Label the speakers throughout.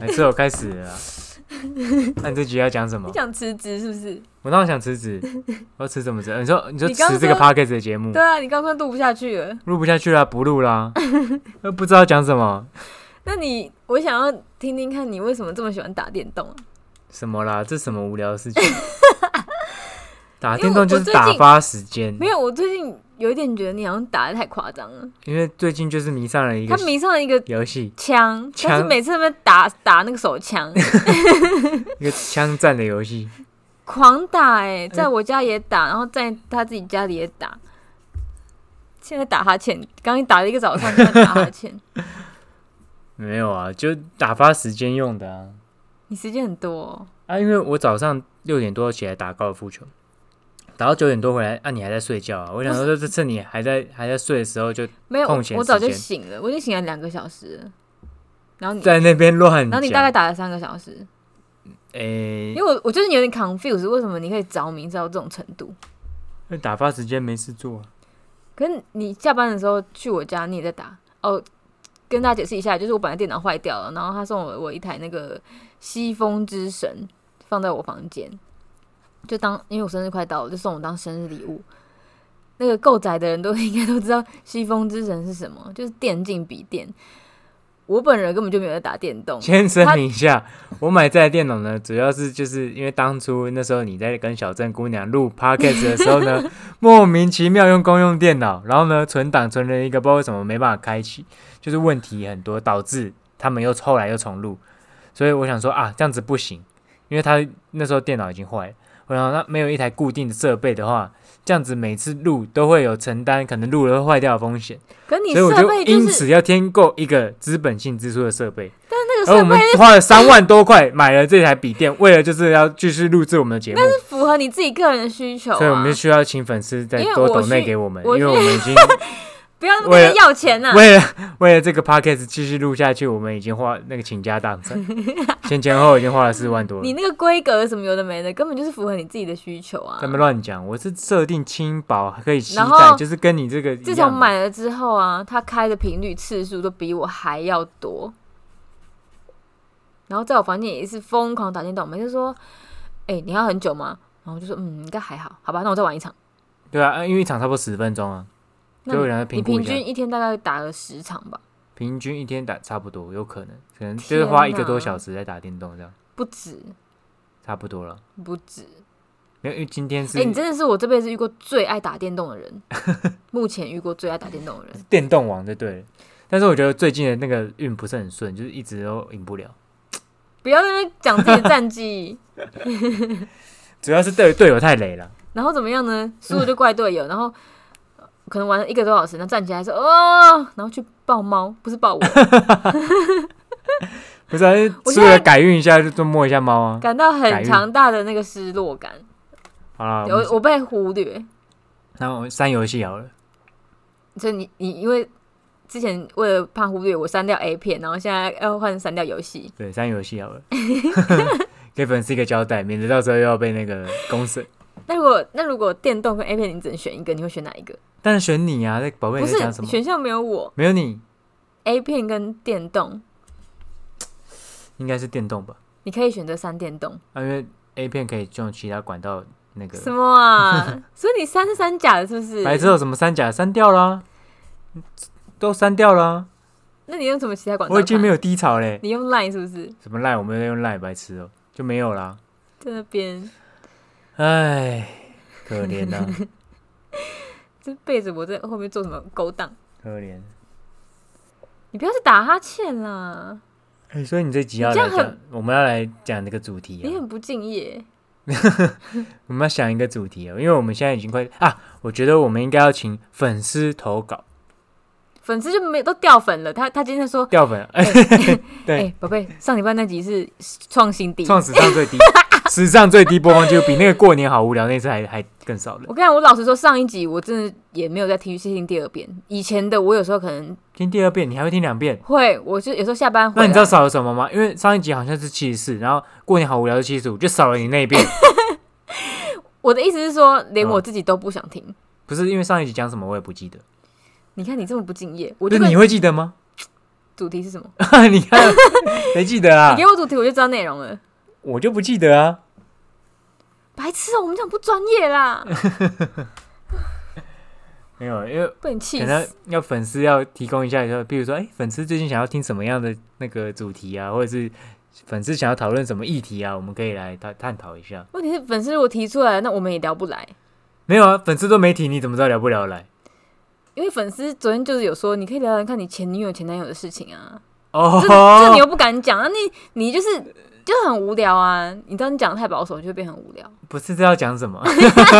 Speaker 1: 哎，这我开始了 啊。那你这局要讲什么
Speaker 2: 你？想辞职是不是？
Speaker 1: 我那我想辞 职，我要辞什么职？你说你说
Speaker 2: 你刚
Speaker 1: 辞这个
Speaker 2: 说
Speaker 1: p o d c a s t 的节目
Speaker 2: 对，啊，你刚刚录不下去了。
Speaker 1: 录不下去了，不录 啦，又不知道讲什么
Speaker 2: 那你，我想要听听看你为什么这么喜欢打电动啊？
Speaker 1: 嗯什么啦，这什么无聊的 事情？打
Speaker 2: 因为
Speaker 1: 电
Speaker 2: 我
Speaker 1: 动就
Speaker 2: 我
Speaker 1: 是
Speaker 2: 最
Speaker 1: 打
Speaker 2: 近
Speaker 1: 发时间，
Speaker 2: 没有，我最近有一点觉得你好像打的太夸张了。
Speaker 1: 因为最近就是迷上了一
Speaker 2: 他
Speaker 1: 个
Speaker 2: 迷上了一个
Speaker 1: 游戏，
Speaker 2: 枪，
Speaker 1: 枪
Speaker 2: 但是每次在那边打 打那个手枪，
Speaker 1: 一个枪战的游戏。
Speaker 2: 狂打 哎、在我家也打，然后在他自己家里也打。现在打哈欠，刚刚打了一个早上，现在打哈欠。
Speaker 1: 没有啊，就打发时间用的啊。
Speaker 2: 你时间很多哦、
Speaker 1: 啊，因为我早上六点多起来打高尔夫球，打到九点多回来，啊，你还在睡觉啊？我想
Speaker 2: 哦
Speaker 1: 说，就趁你还在还在睡的时候，就
Speaker 2: 没有，
Speaker 1: 空闲
Speaker 2: 我我早就
Speaker 1: 时间啊
Speaker 2: 醒了，我已经醒了两个小时了。然后你，
Speaker 1: 在那边乱
Speaker 2: 然
Speaker 1: 讲。
Speaker 2: 后你大概打了三个小时，
Speaker 1: 诶
Speaker 2: 因为我我就是有点 confused，为什么你可以着迷到这种程度？
Speaker 1: 那打发时间没事做啊、
Speaker 2: 可是你下班的时候去我家，你也在打哦。跟大家解释一下，就是我本来电脑坏掉了，然后他送我我一台那个西风之神，放在我房间，就当因为我生日快到了，就送我当生日礼物。那个购宅的人都应该都知道西风之神是什么，就是电竞笔电。我本人根本就没有在打电动，
Speaker 1: 先声明一下，我买这台电脑呢，主要是就是因为当初那时候你在跟小郑姑娘录 podcast 的时候 呢，莫名其妙用公用电脑，然后呢存档存了一个不知道为什么没办法开启，就是问题很多，导致他们又后来又重录，所以我想说啊这样子不行，因为他那时候电脑已经坏了，我想那没有一台固定的设备的话，这样子每次录都会有承担可能录了会坏掉的风险。
Speaker 2: 可是你
Speaker 1: 所以我
Speaker 2: 设
Speaker 1: 就
Speaker 2: 备就
Speaker 1: 因
Speaker 2: 是
Speaker 1: 此要添购一个资本性支出的设备，
Speaker 2: 那个
Speaker 1: 而我
Speaker 2: 设
Speaker 1: 们
Speaker 2: 备
Speaker 1: 花了三万多块买了这台笔电，为了就是要继续录制我们的节目，
Speaker 2: 是符合你自己个人的需求、啊，
Speaker 1: 所以我们就需要请粉丝再
Speaker 2: 因为
Speaker 1: 多
Speaker 2: 我
Speaker 1: 抖内
Speaker 2: 去
Speaker 1: 给我们，
Speaker 2: 我
Speaker 1: 因为
Speaker 2: 去
Speaker 1: 我们已 经
Speaker 2: 不要那么
Speaker 1: 为了
Speaker 2: 跟人要钱呐、
Speaker 1: 为了为了这个 podcast 继续录下去，我们已经花那个倾家荡 产，前前后后已经花了四万多了
Speaker 2: 你。那个规格什么有的没的，根本就是符合你自己的需求啊
Speaker 1: 他。们乱讲，我是设定轻薄可以携
Speaker 2: 然
Speaker 1: 带，
Speaker 2: 后
Speaker 1: 就是跟你这个一
Speaker 2: 自
Speaker 1: 样
Speaker 2: 从
Speaker 1: 的
Speaker 2: 买了之后啊，他开的频率次数都比我还要多。然后在我房间也是疯狂打电动，每次说：“哎、你要很久吗？”然后我就说：“嗯，应该还好，好吧，那我再玩一场。
Speaker 1: 对啊，因为一场差不多十分钟啊，”
Speaker 2: 那
Speaker 1: 所以我想要
Speaker 2: 你
Speaker 1: 评估
Speaker 2: 平
Speaker 1: 一下，
Speaker 2: 均一天大概打了十场吧，
Speaker 1: 平均一天打差不多，有可能可能就是花一个多
Speaker 2: 天哪
Speaker 1: 小时在打电动这样。
Speaker 2: 不止
Speaker 1: 差不多了。
Speaker 2: 不止。
Speaker 1: 没有，因为今天是
Speaker 2: 哎、你真的是我这辈子遇过最爱打电动 的人，目前遇过最爱打电动的人。
Speaker 1: 电动王就对了。但是我觉得最近的那个运不是很顺，就是一直都赢不了。
Speaker 2: 不要在那边讲自己的战绩。
Speaker 1: 主要是队队友太累了，
Speaker 2: 然后怎么 样呢？输了就怪队友，然后呃可能玩了一个多小时，然后站起来说哦，然后去抱猫，不是 抱我，
Speaker 1: 不是、啊？
Speaker 2: 我
Speaker 1: 输
Speaker 2: 现在
Speaker 1: 了改运一下就多摸一下猫啊。
Speaker 2: 感到很
Speaker 1: 运
Speaker 2: 强大的那个失落感。
Speaker 1: 好了，我们
Speaker 2: 我我被忽略，
Speaker 1: 那我们删游戏好了。
Speaker 2: 所以你你因为之前为了怕忽略我删掉 A 片，然后现在要换删掉游戏，
Speaker 1: 对，删游戏 好了，给粉丝一个交代，免得到时候又要被那个公审。
Speaker 2: 那如果那如果电动跟 A 片你只能选一个，你会选哪一个？
Speaker 1: 但是选你啊，那宝贝
Speaker 2: 不
Speaker 1: 你在
Speaker 2: 是
Speaker 1: 讲什么？
Speaker 2: 选项没有我
Speaker 1: 没有你，
Speaker 2: A 片跟电动，
Speaker 1: 应该是电动吧？
Speaker 2: 你可以选择删电动，
Speaker 1: 啊，因为 A 片可以用其他管道那个。
Speaker 2: 什么啊？ 所以你删是删假的，是不是？
Speaker 1: 白之后什么删甲删掉啦、啊都删掉啦、
Speaker 2: 那你用什么其他管道？
Speaker 1: 我已经没有低潮嘞。
Speaker 2: 你用 Line 是不是？
Speaker 1: 什么赖？我们在用赖白痴哦、就没有啦。
Speaker 2: 在那边
Speaker 1: 唉，可怜啊 呐、
Speaker 2: 就背着我在后面做什么勾当？
Speaker 1: 可怜。
Speaker 2: 你不要去打哈欠啦，
Speaker 1: 哎、所以你这集要
Speaker 2: 你这
Speaker 1: 来
Speaker 2: 样
Speaker 1: 讲，我们要来讲这个主题啊
Speaker 2: 你，很不敬业。
Speaker 1: 我们要想一个主题哦、因为我们现在已经快啊，我觉得我们应该要请粉丝投稿
Speaker 2: 粉丝就没都掉粉了，他他今天说，
Speaker 1: 掉粉，哎、对
Speaker 2: 哎，宝贝，上礼拜那集是创新低。
Speaker 1: 创史上 最低，史上最低播放记录，比那个过年好无聊那次还还更少了。
Speaker 2: 我跟你讲，我老实说，上一集我真的也没有再听去听第二遍。以前的我有时候可能
Speaker 1: 听第二遍，你还会听两遍。
Speaker 2: 会，啊我就有时候下班回
Speaker 1: 那
Speaker 2: 来，
Speaker 1: 你知道少了什么吗？因为上一集好像是七十四，然后过年好无聊是七十五，就少了你那一 遍。
Speaker 2: 我的意思是说，连
Speaker 1: 嗯
Speaker 2: 我自己都不想听。
Speaker 1: 不是因为上一集讲什么我也不记得，
Speaker 2: 你看你这么不敬业，我
Speaker 1: 不
Speaker 2: 就是跟
Speaker 1: 你会记得吗？
Speaker 2: 主题是什么？
Speaker 1: 你看谁记得啊
Speaker 2: 你给？我主题，我就知道内容了。
Speaker 1: 我就不记得啊。
Speaker 2: 白痴哦、我们这样不专 业啦，
Speaker 1: 没有，因为
Speaker 2: 被你气
Speaker 1: 可能
Speaker 2: 死。
Speaker 1: 要粉丝要提供一下，就比如说，哎、粉丝最近想要听什么样的那个主题啊，或者是粉丝想要讨论什么议题啊，我们可以来探探讨一下。
Speaker 2: 问题是粉丝如果提出来，那我们也聊不来，
Speaker 1: 没有啊，粉丝都没提，你怎么知道聊不聊得来？
Speaker 2: 因为粉丝昨天就是有说，你可以聊聊看你前女友、前男友的事 情啊。
Speaker 1: 哦，
Speaker 2: 这这你又不敢讲啊，你你就是就很无聊啊。你知道你讲的太保守，就会变很无聊。
Speaker 1: 不是这要讲什么，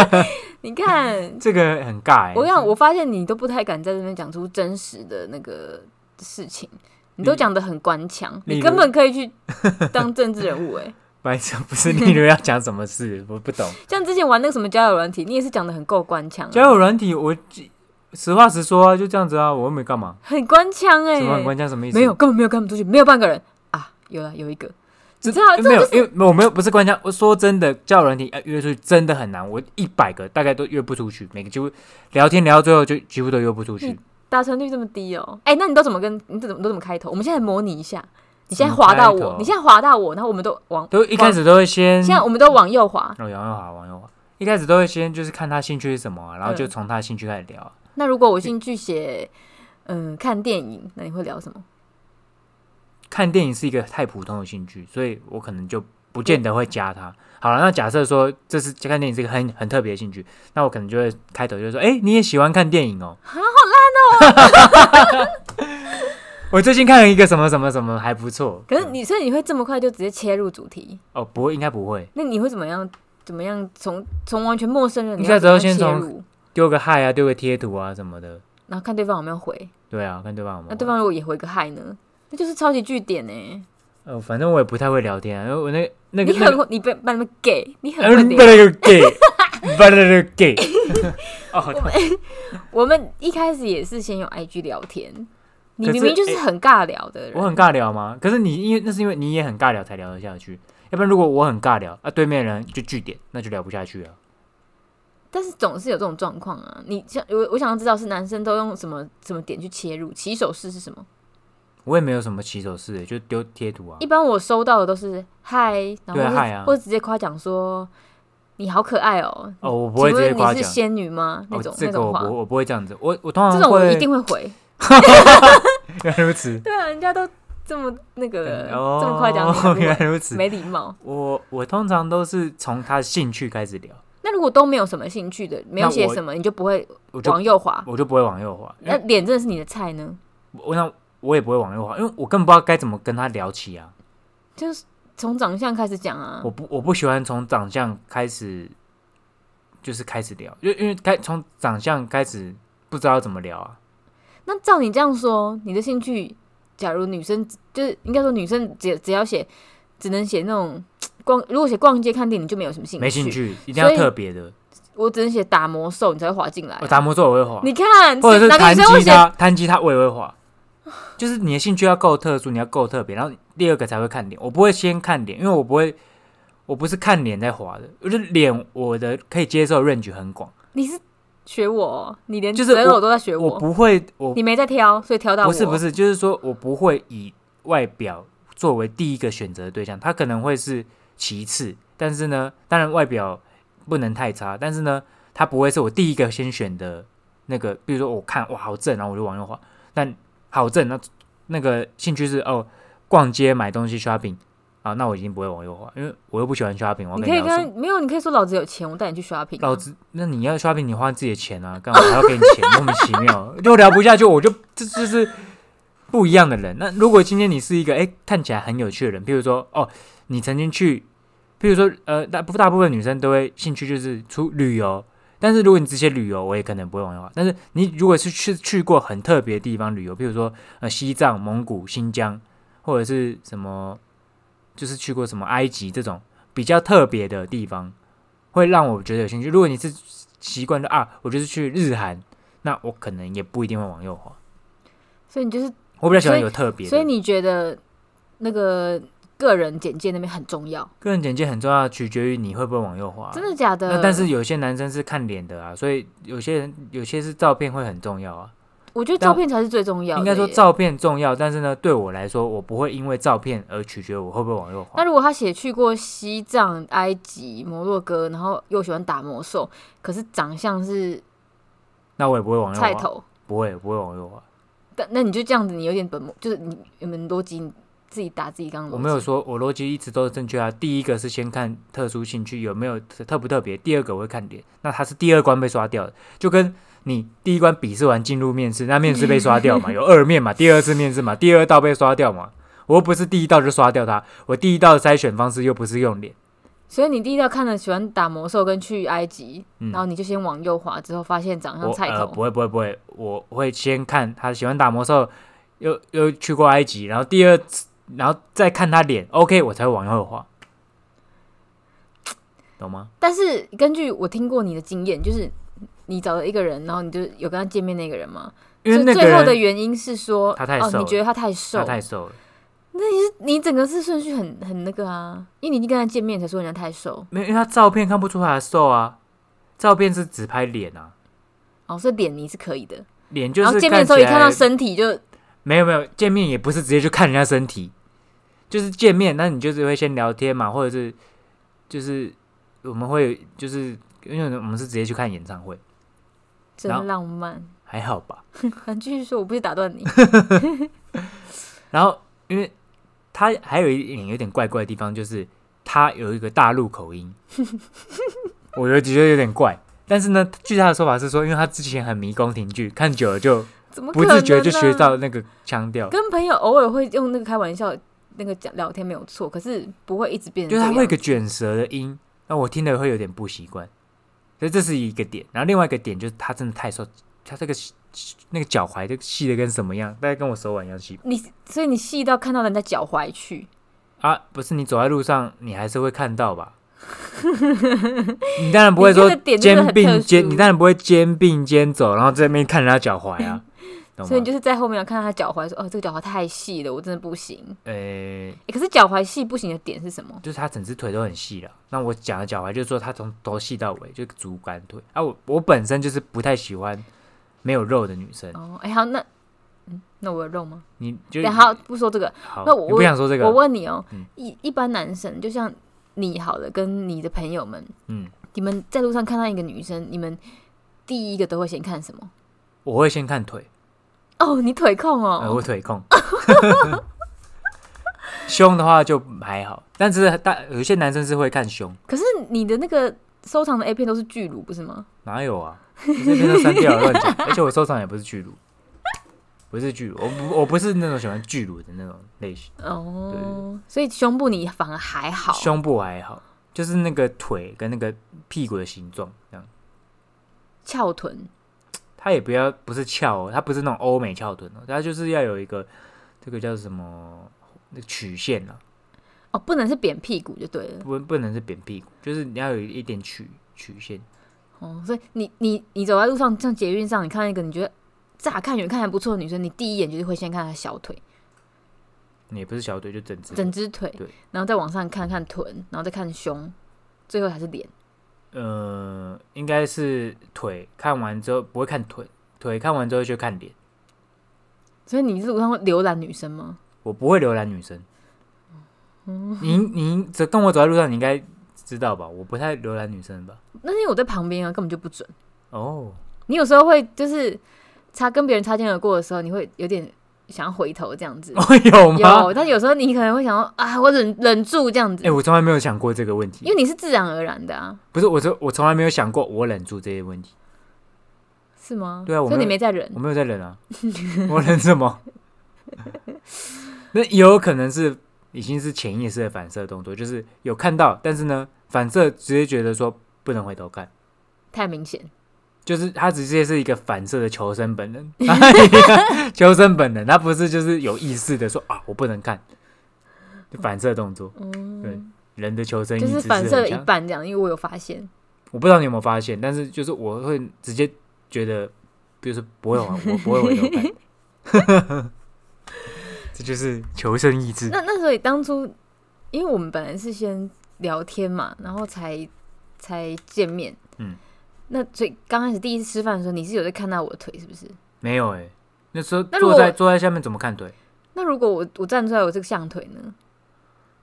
Speaker 2: 你看，
Speaker 1: 这个很尬哎、
Speaker 2: 我跟你讲，我发现你都不太敢在这边讲出真实的那个事情，你都讲的很官腔，
Speaker 1: 例
Speaker 2: 你
Speaker 1: 如
Speaker 2: 根本可以去当政治人物哎、
Speaker 1: 白痴，不是例如要讲什么事，我不懂。
Speaker 2: 像之前玩那个什么交友软体，你也是讲的很够官腔、啊
Speaker 1: 交友软体，我实话实说啊，就这样子啊，我又没干嘛，
Speaker 2: 很官腔哎、
Speaker 1: 什么很关键什么意思？
Speaker 2: 没有，根本没有跟他们出去，没有半个人啊，有了有一个，
Speaker 1: 这，
Speaker 2: 你知道
Speaker 1: 呃没有，因为没有我没有不是关啊键。我说真的，交友软体、呃、约出去真的很难，我一百个大概都约不出去，每个几乎聊天聊到最后就几乎都约不出去
Speaker 2: 嗯。达成率这么低哦、哎、那你都怎么跟你怎么都怎么开头？我们现在模拟一下，你现在滑到
Speaker 1: 怎么开
Speaker 2: 我
Speaker 1: 头，嗯
Speaker 2: 你现在滑到我，然后我们都往嗯
Speaker 1: 都一开始都会先，
Speaker 2: 现在我们都往右滑。
Speaker 1: 哦，王友华，王友华，一开始都会先就是看他兴趣是什么啊、然后就
Speaker 2: 嗯
Speaker 1: 从他的兴趣开始聊啊。
Speaker 2: 那如果我兴趣写嗯看电影，那你会聊什么？
Speaker 1: 看电影是一个太普通的兴趣，所以我可能就不见得会加他。好了，那假设说这是看电影是一个很很特别的兴趣，那我可能就会开头就说：“哎、你也喜欢看电影哦？”啊，好烂哦！ 我最近看了一个什么什么什么还不错。
Speaker 2: 可是你所以你会这么快就直接切入主题？
Speaker 1: 哦，不会，应该不会，
Speaker 2: 那你会怎么样？怎么样从从完全陌生人，
Speaker 1: 你
Speaker 2: 你
Speaker 1: 看
Speaker 2: 要怎么
Speaker 1: 只要先
Speaker 2: 样切
Speaker 1: 从
Speaker 2: 入，
Speaker 1: 丢个嗨啊，丢个贴图啊什么的。
Speaker 2: 然后看对方有没有回。
Speaker 1: 对啊，看对方有没有
Speaker 2: 那对方如果也回个嗨呢？那就是超级据点呢、
Speaker 1: 呃，反正我也不太会聊天、啊，因为我那那个
Speaker 2: 你
Speaker 1: 那个
Speaker 2: 很会你被把你们给，你很
Speaker 1: 呃
Speaker 2: 会
Speaker 1: 不
Speaker 2: 聊。
Speaker 1: 那个 gay，不那个 gay。哦，
Speaker 2: 我们一开始也是先用 IG 聊天，你
Speaker 1: 可是哎
Speaker 2: 明明就是很尬聊的人。
Speaker 1: 我很尬聊吗？可是你因为那是因为你也很尬聊才聊得下去，要不然如果我很尬聊啊，对面人就据点，那就聊不下去了。
Speaker 2: 但是总是有这种状况啊。你像我，我想要知道是男生都用什么什么点去切入，起手式是什
Speaker 1: 哦
Speaker 2: 么？
Speaker 1: 我也没有什么起手式、就丢贴图啊
Speaker 2: 一。般我收到的都是嗨，然后
Speaker 1: 对
Speaker 2: 或
Speaker 1: 啊
Speaker 2: 是
Speaker 1: 嗨啊
Speaker 2: 或者直接夸奖说你好可爱哦、
Speaker 1: 哦，我不会
Speaker 2: 请
Speaker 1: 直接
Speaker 2: 问
Speaker 1: 夸
Speaker 2: 你是
Speaker 1: 奖。
Speaker 2: 仙女吗？那
Speaker 1: 哦
Speaker 2: 种、
Speaker 1: 这
Speaker 2: 那
Speaker 1: 个
Speaker 2: 种
Speaker 1: 我
Speaker 2: 话，
Speaker 1: 不我不会这样子，我我通常
Speaker 2: 这种我
Speaker 1: 会
Speaker 2: 一定会回。
Speaker 1: 原 来如此，
Speaker 2: 对啊，人家都这么那个了，
Speaker 1: 哦，
Speaker 2: 这么夸 奖你还不
Speaker 1: 原来
Speaker 2: 回，
Speaker 1: 如此。
Speaker 2: 没礼貌。
Speaker 1: 我我通常都是从他的兴趣开始聊，
Speaker 2: 那如果都没有什么兴趣的，没有
Speaker 1: 那
Speaker 2: 写
Speaker 1: 我
Speaker 2: 什么，你就不会
Speaker 1: 我就
Speaker 2: 往右滑。
Speaker 1: 我就不会往右滑，因
Speaker 2: 那
Speaker 1: 为
Speaker 2: 脸真的是你的菜呢？
Speaker 1: 我那我也不会往右滑，因为我根本不知道该怎么跟他聊起啊。
Speaker 2: 就是从长相开始讲啊
Speaker 1: 我。不我不喜欢从长相开始，就是开始聊，因为因为开从长相开始不知道怎么聊啊。
Speaker 2: 那照你这样说，你的兴趣，假如女生就是应该说女生只只要写，只能写那种逛，如果写逛街看电影就没有什么兴趣，
Speaker 1: 没兴趣，一定要
Speaker 2: 所以
Speaker 1: 特别的。
Speaker 2: 我只能写打魔兽，你才会滑进来啊、
Speaker 1: 我打魔咒我会滑，
Speaker 2: 你看，
Speaker 1: 或者是
Speaker 2: 哪个
Speaker 1: 弹
Speaker 2: 女生会
Speaker 1: 吉
Speaker 2: 写？
Speaker 1: 他，弹吉他我也会滑。就是你的兴趣要够特殊，你要够特别，然后第二个才会看脸。我不会先看脸，因为我不会，我不是看脸在滑的，我就是脸我的可以接受 range 很广，
Speaker 2: 你是学我哦，你连
Speaker 1: 就是
Speaker 2: 择
Speaker 1: 我
Speaker 2: 偶都在学
Speaker 1: 我不会，我
Speaker 2: 你没在挑，所以挑到
Speaker 1: 不
Speaker 2: 我。
Speaker 1: 是不
Speaker 2: 是，
Speaker 1: 是，就是说我不会以外表作为第一个选择的对象，他可能会是其次，但是呢，当然外表不能太差，但是呢，他不会是我第一个先选的那个，比如说我看哇好正，然后哦我就往右滑，但好正，那那个兴趣是哦逛街买东西 shopping 啊，那我已经不会往右滑，因为我又不喜欢 shopping，我要
Speaker 2: 你
Speaker 1: 跟
Speaker 2: 可以
Speaker 1: 聊
Speaker 2: 跟
Speaker 1: 什
Speaker 2: 他
Speaker 1: 么
Speaker 2: 没有，你可以说老子有钱，我带你去 shopping 啊。
Speaker 1: 老子，那你要 shopping，你花自己的钱啊，干嘛还要给你钱？莫名其妙，就聊不下去，我就这这是不一样的人。那如果今天你是一个哎、看起来很有趣的人，譬如说哦，你曾经去，譬如说呃大大部分女生都会兴趣就是出旅游，但是如果你只写旅游，我也可能不会往右滑。但是你如果是去去过很特别的地方旅游，譬如说呃西藏、蒙古、新疆，或者是什么，就是去过什么埃及这种比较特别的地方，会让我觉得有兴趣。如果你是习惯的啊，我就是去日韩，那我可能也不一定会往右滑。
Speaker 2: 所以你就是，
Speaker 1: 我比较喜欢有特别的，
Speaker 2: 所以你觉得那个个人简介那边很重要，
Speaker 1: 个人简介很重要，取决于你会不会往右滑。
Speaker 2: 真的假的？
Speaker 1: 那但是有些男生是看脸的啊，所以有些人有些是照片会很重要啊。
Speaker 2: 我觉得
Speaker 1: 但
Speaker 2: 照片才是最重要的。
Speaker 1: 应该说，照片重要，但是呢，对我来说，我不会因为照片而取决我会不会往右滑
Speaker 2: 那。如果他写去过西藏、埃及、摩洛哥，然后又喜欢打魔兽，可是长相是
Speaker 1: 那我也不会往右
Speaker 2: 菜
Speaker 1: 滑，
Speaker 2: 头，
Speaker 1: 不会，不会往右滑。
Speaker 2: 但那你就这样子，你有点本末，就是你你们逻辑你自己打自己刚刚。
Speaker 1: 我没有，说我逻辑一直都是正确啊。第一个是先看特殊兴趣有没有特不特别，第二个我会看脸。那他是第二关被刷掉的，就跟你第一关笔试完进入面试，那面试被刷掉嘛，有二面嘛，第二次面试嘛，第二道被刷掉嘛。我又不是第一道就刷掉它，我第一道的筛选方式又不是用脸，
Speaker 2: 所以你第一道看了喜欢打魔兽跟去埃及，
Speaker 1: 嗯
Speaker 2: 然后你就先往右滑，之后发现长相
Speaker 1: 我
Speaker 2: 菜
Speaker 1: 呃不
Speaker 2: 头，
Speaker 1: 会不会不会，我会先看他喜欢打魔兽，又又去过埃及，然后第二次，然后再看他脸，OK，我才会往右滑，懂吗？
Speaker 2: 但是根据我听过你的经验，就是你找了一个人，然后你就有跟他见面那个人吗？
Speaker 1: 因为
Speaker 2: 最
Speaker 1: 那个
Speaker 2: 最后的
Speaker 1: 人
Speaker 2: 原因是说，
Speaker 1: 他太
Speaker 2: 哦，
Speaker 1: 瘦
Speaker 2: 你觉得他太瘦，
Speaker 1: 他太瘦了，
Speaker 2: 你整个是顺序很很那个啊，因为你已经跟他见面才说人家太瘦，
Speaker 1: 没有，因为他照片看不出他的瘦啊，照片是只拍脸啊，
Speaker 2: 哦，所以脸你是可以的。
Speaker 1: 脸就
Speaker 2: 然后
Speaker 1: 是
Speaker 2: 见面的时
Speaker 1: 起
Speaker 2: 候一
Speaker 1: 来
Speaker 2: 看到身体就
Speaker 1: 没有没有，见面也不是直接去看人家身体，就是见面，那你就是会先聊天嘛，或者是就是我们会就是因为我们是直接去看演唱会，然后
Speaker 2: 真浪漫。
Speaker 1: 还好吧？
Speaker 2: 啊继续说，我不是打断你。
Speaker 1: 然后因为他还有一点有点怪怪的地方，就是他有一个大陆口音，我觉得的确有点怪。但是呢，据他的说法是说，因为他之前很迷宫廷剧，看久了就
Speaker 2: 怎么可
Speaker 1: 不
Speaker 2: 能
Speaker 1: 自觉就
Speaker 2: 呢
Speaker 1: 学到那个腔调，
Speaker 2: 啊跟朋友偶尔会用那个开玩笑，那个讲聊天没有错，可是不会一直变
Speaker 1: 就是
Speaker 2: 成这
Speaker 1: 他
Speaker 2: 样。
Speaker 1: 会有一个卷舌的音，那我听了会有点不习惯，所以这是一个点。然后另外一个点就是他真的太瘦，他这个那个脚踝就细的跟什么样，大概跟我手腕一样细
Speaker 2: 你，所以你细到看到人家脚踝去，
Speaker 1: 啊。不是你走在路上，你还是会看到吧？你当然不会
Speaker 2: 你这
Speaker 1: 说
Speaker 2: 个点真的
Speaker 1: 肩
Speaker 2: 很
Speaker 1: 并
Speaker 2: 特
Speaker 1: 肩，
Speaker 2: 殊
Speaker 1: 你当然不会肩并肩走，然后这边看人家脚踝 啊，懂
Speaker 2: 所以
Speaker 1: 吗？
Speaker 2: 你就是在后面看到他脚踝说：“哦，这个脚踝太细了，我真的不行。
Speaker 1: 呃、
Speaker 2: 诶可是脚踝细不行的点是什么？
Speaker 1: 就是他整只腿都很细了。那我讲的脚踝就是说他从头细到尾，就足干腿啊。我我本身就是不太喜欢没有肉的女生，
Speaker 2: 哦，哎、好，那嗯，那我有肉吗？
Speaker 1: 你就
Speaker 2: 然后不说这个，
Speaker 1: 好，
Speaker 2: 那我
Speaker 1: 你不想说这个？
Speaker 2: 我问你哦、
Speaker 1: 嗯
Speaker 2: 一一般男生就像你好了，跟你的朋友们，
Speaker 1: 嗯，
Speaker 2: 你们在路上看到一个女生，你们第一个都会先看什么？
Speaker 1: 我会先看腿，
Speaker 2: 哦，你腿控哦，
Speaker 1: 呃，我腿控。 胸的话就还好，但是大有些男生是会看胸，
Speaker 2: 可是你的那个收藏的 A 片都是巨乳，不是吗？
Speaker 1: 哪有啊？我这边都删掉了乱讲， 而且我收藏也不是巨乳，不是巨乳，我不我不是那种喜欢巨乳的那种类型，
Speaker 2: 哦，所以胸部你反而还好。
Speaker 1: 胸部还好，就是那个腿跟那个屁股的形状这样，
Speaker 2: 翘臀，
Speaker 1: 它也不要不是翘哦，它不是那种欧美翘臀哦，它就是要有一个这个叫什么那个曲线啊，
Speaker 2: 哦，不能是扁屁股就对了。
Speaker 1: 不不能是扁屁股，就是你要有一点曲曲线。
Speaker 2: 哦，所以你你你走在路上，像捷运上，你看一个你觉得乍看远看还不错的女生，你第一眼就是会先看她小腿、
Speaker 1: 也不是小腿，就整只。
Speaker 2: 整只腿
Speaker 1: 对，
Speaker 2: 然后再往上看看臀，然后再看胸，最后才是脸。
Speaker 1: 呃，应该是腿看完之后不会看腿，腿看完之后就看脸。
Speaker 2: 所以你路上会浏览女生吗？
Speaker 1: 我不会浏览女生。你你走跟我走在路上，你应该知道吧？我不太浏览女生吧？
Speaker 2: 那是因为我在旁边啊，根本就不准。
Speaker 1: 哦，
Speaker 2: 你有时候会就是擦跟别人擦肩而过的时候，你会有点想要回头这样子。
Speaker 1: 哦有吗？
Speaker 2: 有，但有时候你可能会想说啊，我忍忍住这样子，
Speaker 1: 哎、我从来没有想过这个问
Speaker 2: 因
Speaker 1: 题。
Speaker 2: 为你是自然而然的啊，
Speaker 1: 不是，我从我从来没有想过我忍住这些问题。
Speaker 2: 是吗？
Speaker 1: 对啊我
Speaker 2: 所以
Speaker 1: 没
Speaker 2: 你
Speaker 1: 有
Speaker 2: 没在忍
Speaker 1: 我。没有在忍 啊，我忍什么？那也有可能是已经是潜意识的反射动作，就是有看到，但是呢，反射直接觉得说不能回头看，
Speaker 2: 太明显，
Speaker 1: 就是他直接是一个反射的求生本 能， 求生本能，他不是就是有意识的说啊，我不能看，就反射动作，
Speaker 2: 嗯，
Speaker 1: 人的求生意
Speaker 2: 就
Speaker 1: 志
Speaker 2: 是
Speaker 1: 是
Speaker 2: 反射
Speaker 1: 很
Speaker 2: 了一
Speaker 1: 强。
Speaker 2: 半这样，因为我有发现，
Speaker 1: 我不知道你有没有发现，但是就是我会直接觉得，比如说不会往，我不会回头看， 这就是求生意志。
Speaker 2: 那那所以当初，因为我们本来是先聊天嘛，然后才才见面，
Speaker 1: 嗯，
Speaker 2: 那所以刚开始第一次吃饭的时候，你是有在看到我的腿是不是？
Speaker 1: 没有哎、那时候
Speaker 2: 那如果
Speaker 1: 坐在坐在下面怎么看腿？
Speaker 2: 那如果我我站出来，我这个象腿呢？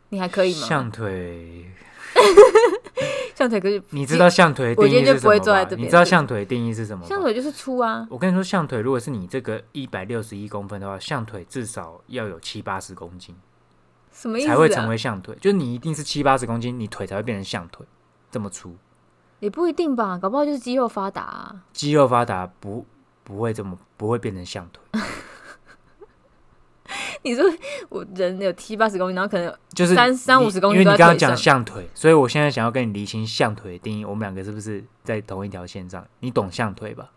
Speaker 2: 你还可以吗？
Speaker 1: 象腿，
Speaker 2: 象腿可是
Speaker 1: 你知道象腿
Speaker 2: 我
Speaker 1: 定
Speaker 2: 今天
Speaker 1: 义是
Speaker 2: 就
Speaker 1: 什
Speaker 2: 不会
Speaker 1: 么
Speaker 2: 坐在
Speaker 1: 吧
Speaker 2: 这边
Speaker 1: 你知道象腿定义是什么吗？
Speaker 2: 象腿就是粗啊，
Speaker 1: 我跟你说，象腿如果是你这个一百六十一公分的话，象腿至少要有七八十公斤
Speaker 2: 什么意思、啊？
Speaker 1: 才会成为象腿，就是你一定是七八十公斤，你腿才会变成象腿这么粗。
Speaker 2: 也不一定吧，搞不好就是肌肉发达、啊。
Speaker 1: 肌肉发达不不会这么不会变成象腿，
Speaker 2: 你说我人有七八十公斤，然后可能
Speaker 1: 就是
Speaker 2: 三
Speaker 1: 你
Speaker 2: 三五十公
Speaker 1: 因
Speaker 2: 斤
Speaker 1: 为
Speaker 2: 都
Speaker 1: 你
Speaker 2: 在
Speaker 1: 刚刚
Speaker 2: 腿
Speaker 1: 讲
Speaker 2: 上
Speaker 1: 象腿，所以我现在想要跟你厘清象腿的定义，我们两个是不是在同一条线上？你懂象腿吧？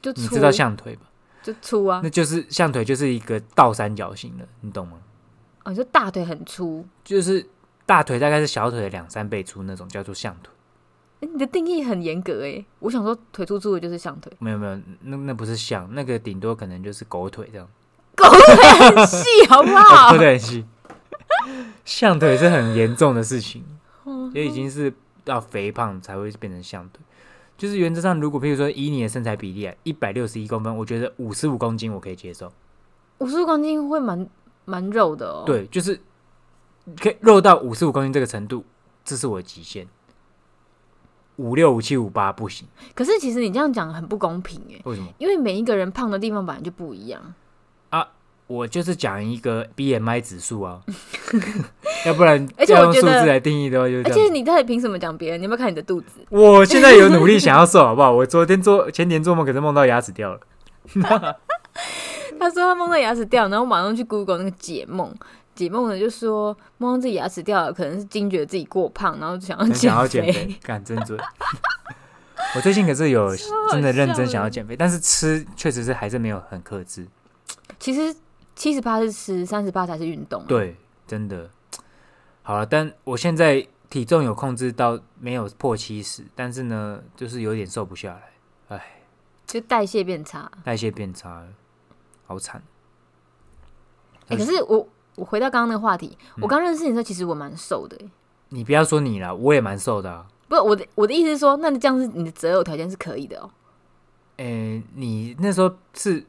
Speaker 2: 就粗，
Speaker 1: 你知道象腿吧？
Speaker 2: 就粗啊
Speaker 1: 那。就是象腿就是一个倒三角形的，你懂吗？
Speaker 2: 哦，你说大腿很粗，
Speaker 1: 就是大腿大概是小腿的两三倍粗那种，叫做象腿。
Speaker 2: 诶你的定义很严格诶。我想说腿粗粗的就是象腿，
Speaker 1: 没有没有，那那不是象，那个顶多可能就是狗腿 这样，
Speaker 2: 狗腿 很细，好不好
Speaker 1: 狗？腿很细。象腿是很严重的事情，
Speaker 2: 嗯
Speaker 1: 也已经是要肥胖才会变成象腿。就是原则上，如果譬如说以你的身材比例啊，一百六十一公分，我觉得五十五公斤我可以接受。
Speaker 2: 哦五十公斤会蛮蛮肉的哦。，
Speaker 1: 对，就是可以肉到五十五公斤这个程度，这是我的极限。五六五七五八不行，
Speaker 2: 可是其实你这样讲很不公平诶，
Speaker 1: 为什么？
Speaker 2: 因为每一个人胖的地方本来就不一样。
Speaker 1: 我就是讲一个 BMI 指数啊， 要不然
Speaker 2: 而且
Speaker 1: 要
Speaker 2: 我
Speaker 1: 用
Speaker 2: 觉
Speaker 1: 数
Speaker 2: 得
Speaker 1: 字来定义的话，就是这
Speaker 2: 而
Speaker 1: 样
Speaker 2: 且
Speaker 1: 子。
Speaker 2: 你到底凭什么讲别人？你有没有看你的肚子？
Speaker 1: 我现在有努力想要瘦，好不好？我昨天做前天做梦，可是梦到牙齿掉 了。
Speaker 2: 他说他梦到牙齿掉，然后马上去 Google 那个解梦。解梦呢就说梦到自己牙齿掉了，可能是惊觉自己过胖，然后就想要
Speaker 1: 很想要
Speaker 2: 减
Speaker 1: 减肥，干真准。 我最近可是 有真的认真想要减肥，但是吃确实是还是没有很克制。
Speaker 2: 其实七十八是吃，三十八才是运动、，
Speaker 1: 对，真的。好了，但我现在体重有控制到没有破七十，但是呢，就是有点瘦不下来，哎，
Speaker 2: 就代谢变差。
Speaker 1: 代谢变差了，好惨。
Speaker 2: 哎、
Speaker 1: 但
Speaker 2: 可是我我回到刚刚那个话题，
Speaker 1: 嗯
Speaker 2: 我刚认识你的时候，其实我蛮瘦的、欸。
Speaker 1: 你不要说你了，我也蛮瘦的、啊。
Speaker 2: 不是我的我的意思是说，那你这样是你的择偶条件是可以的哦、
Speaker 1: 诶、你那时候是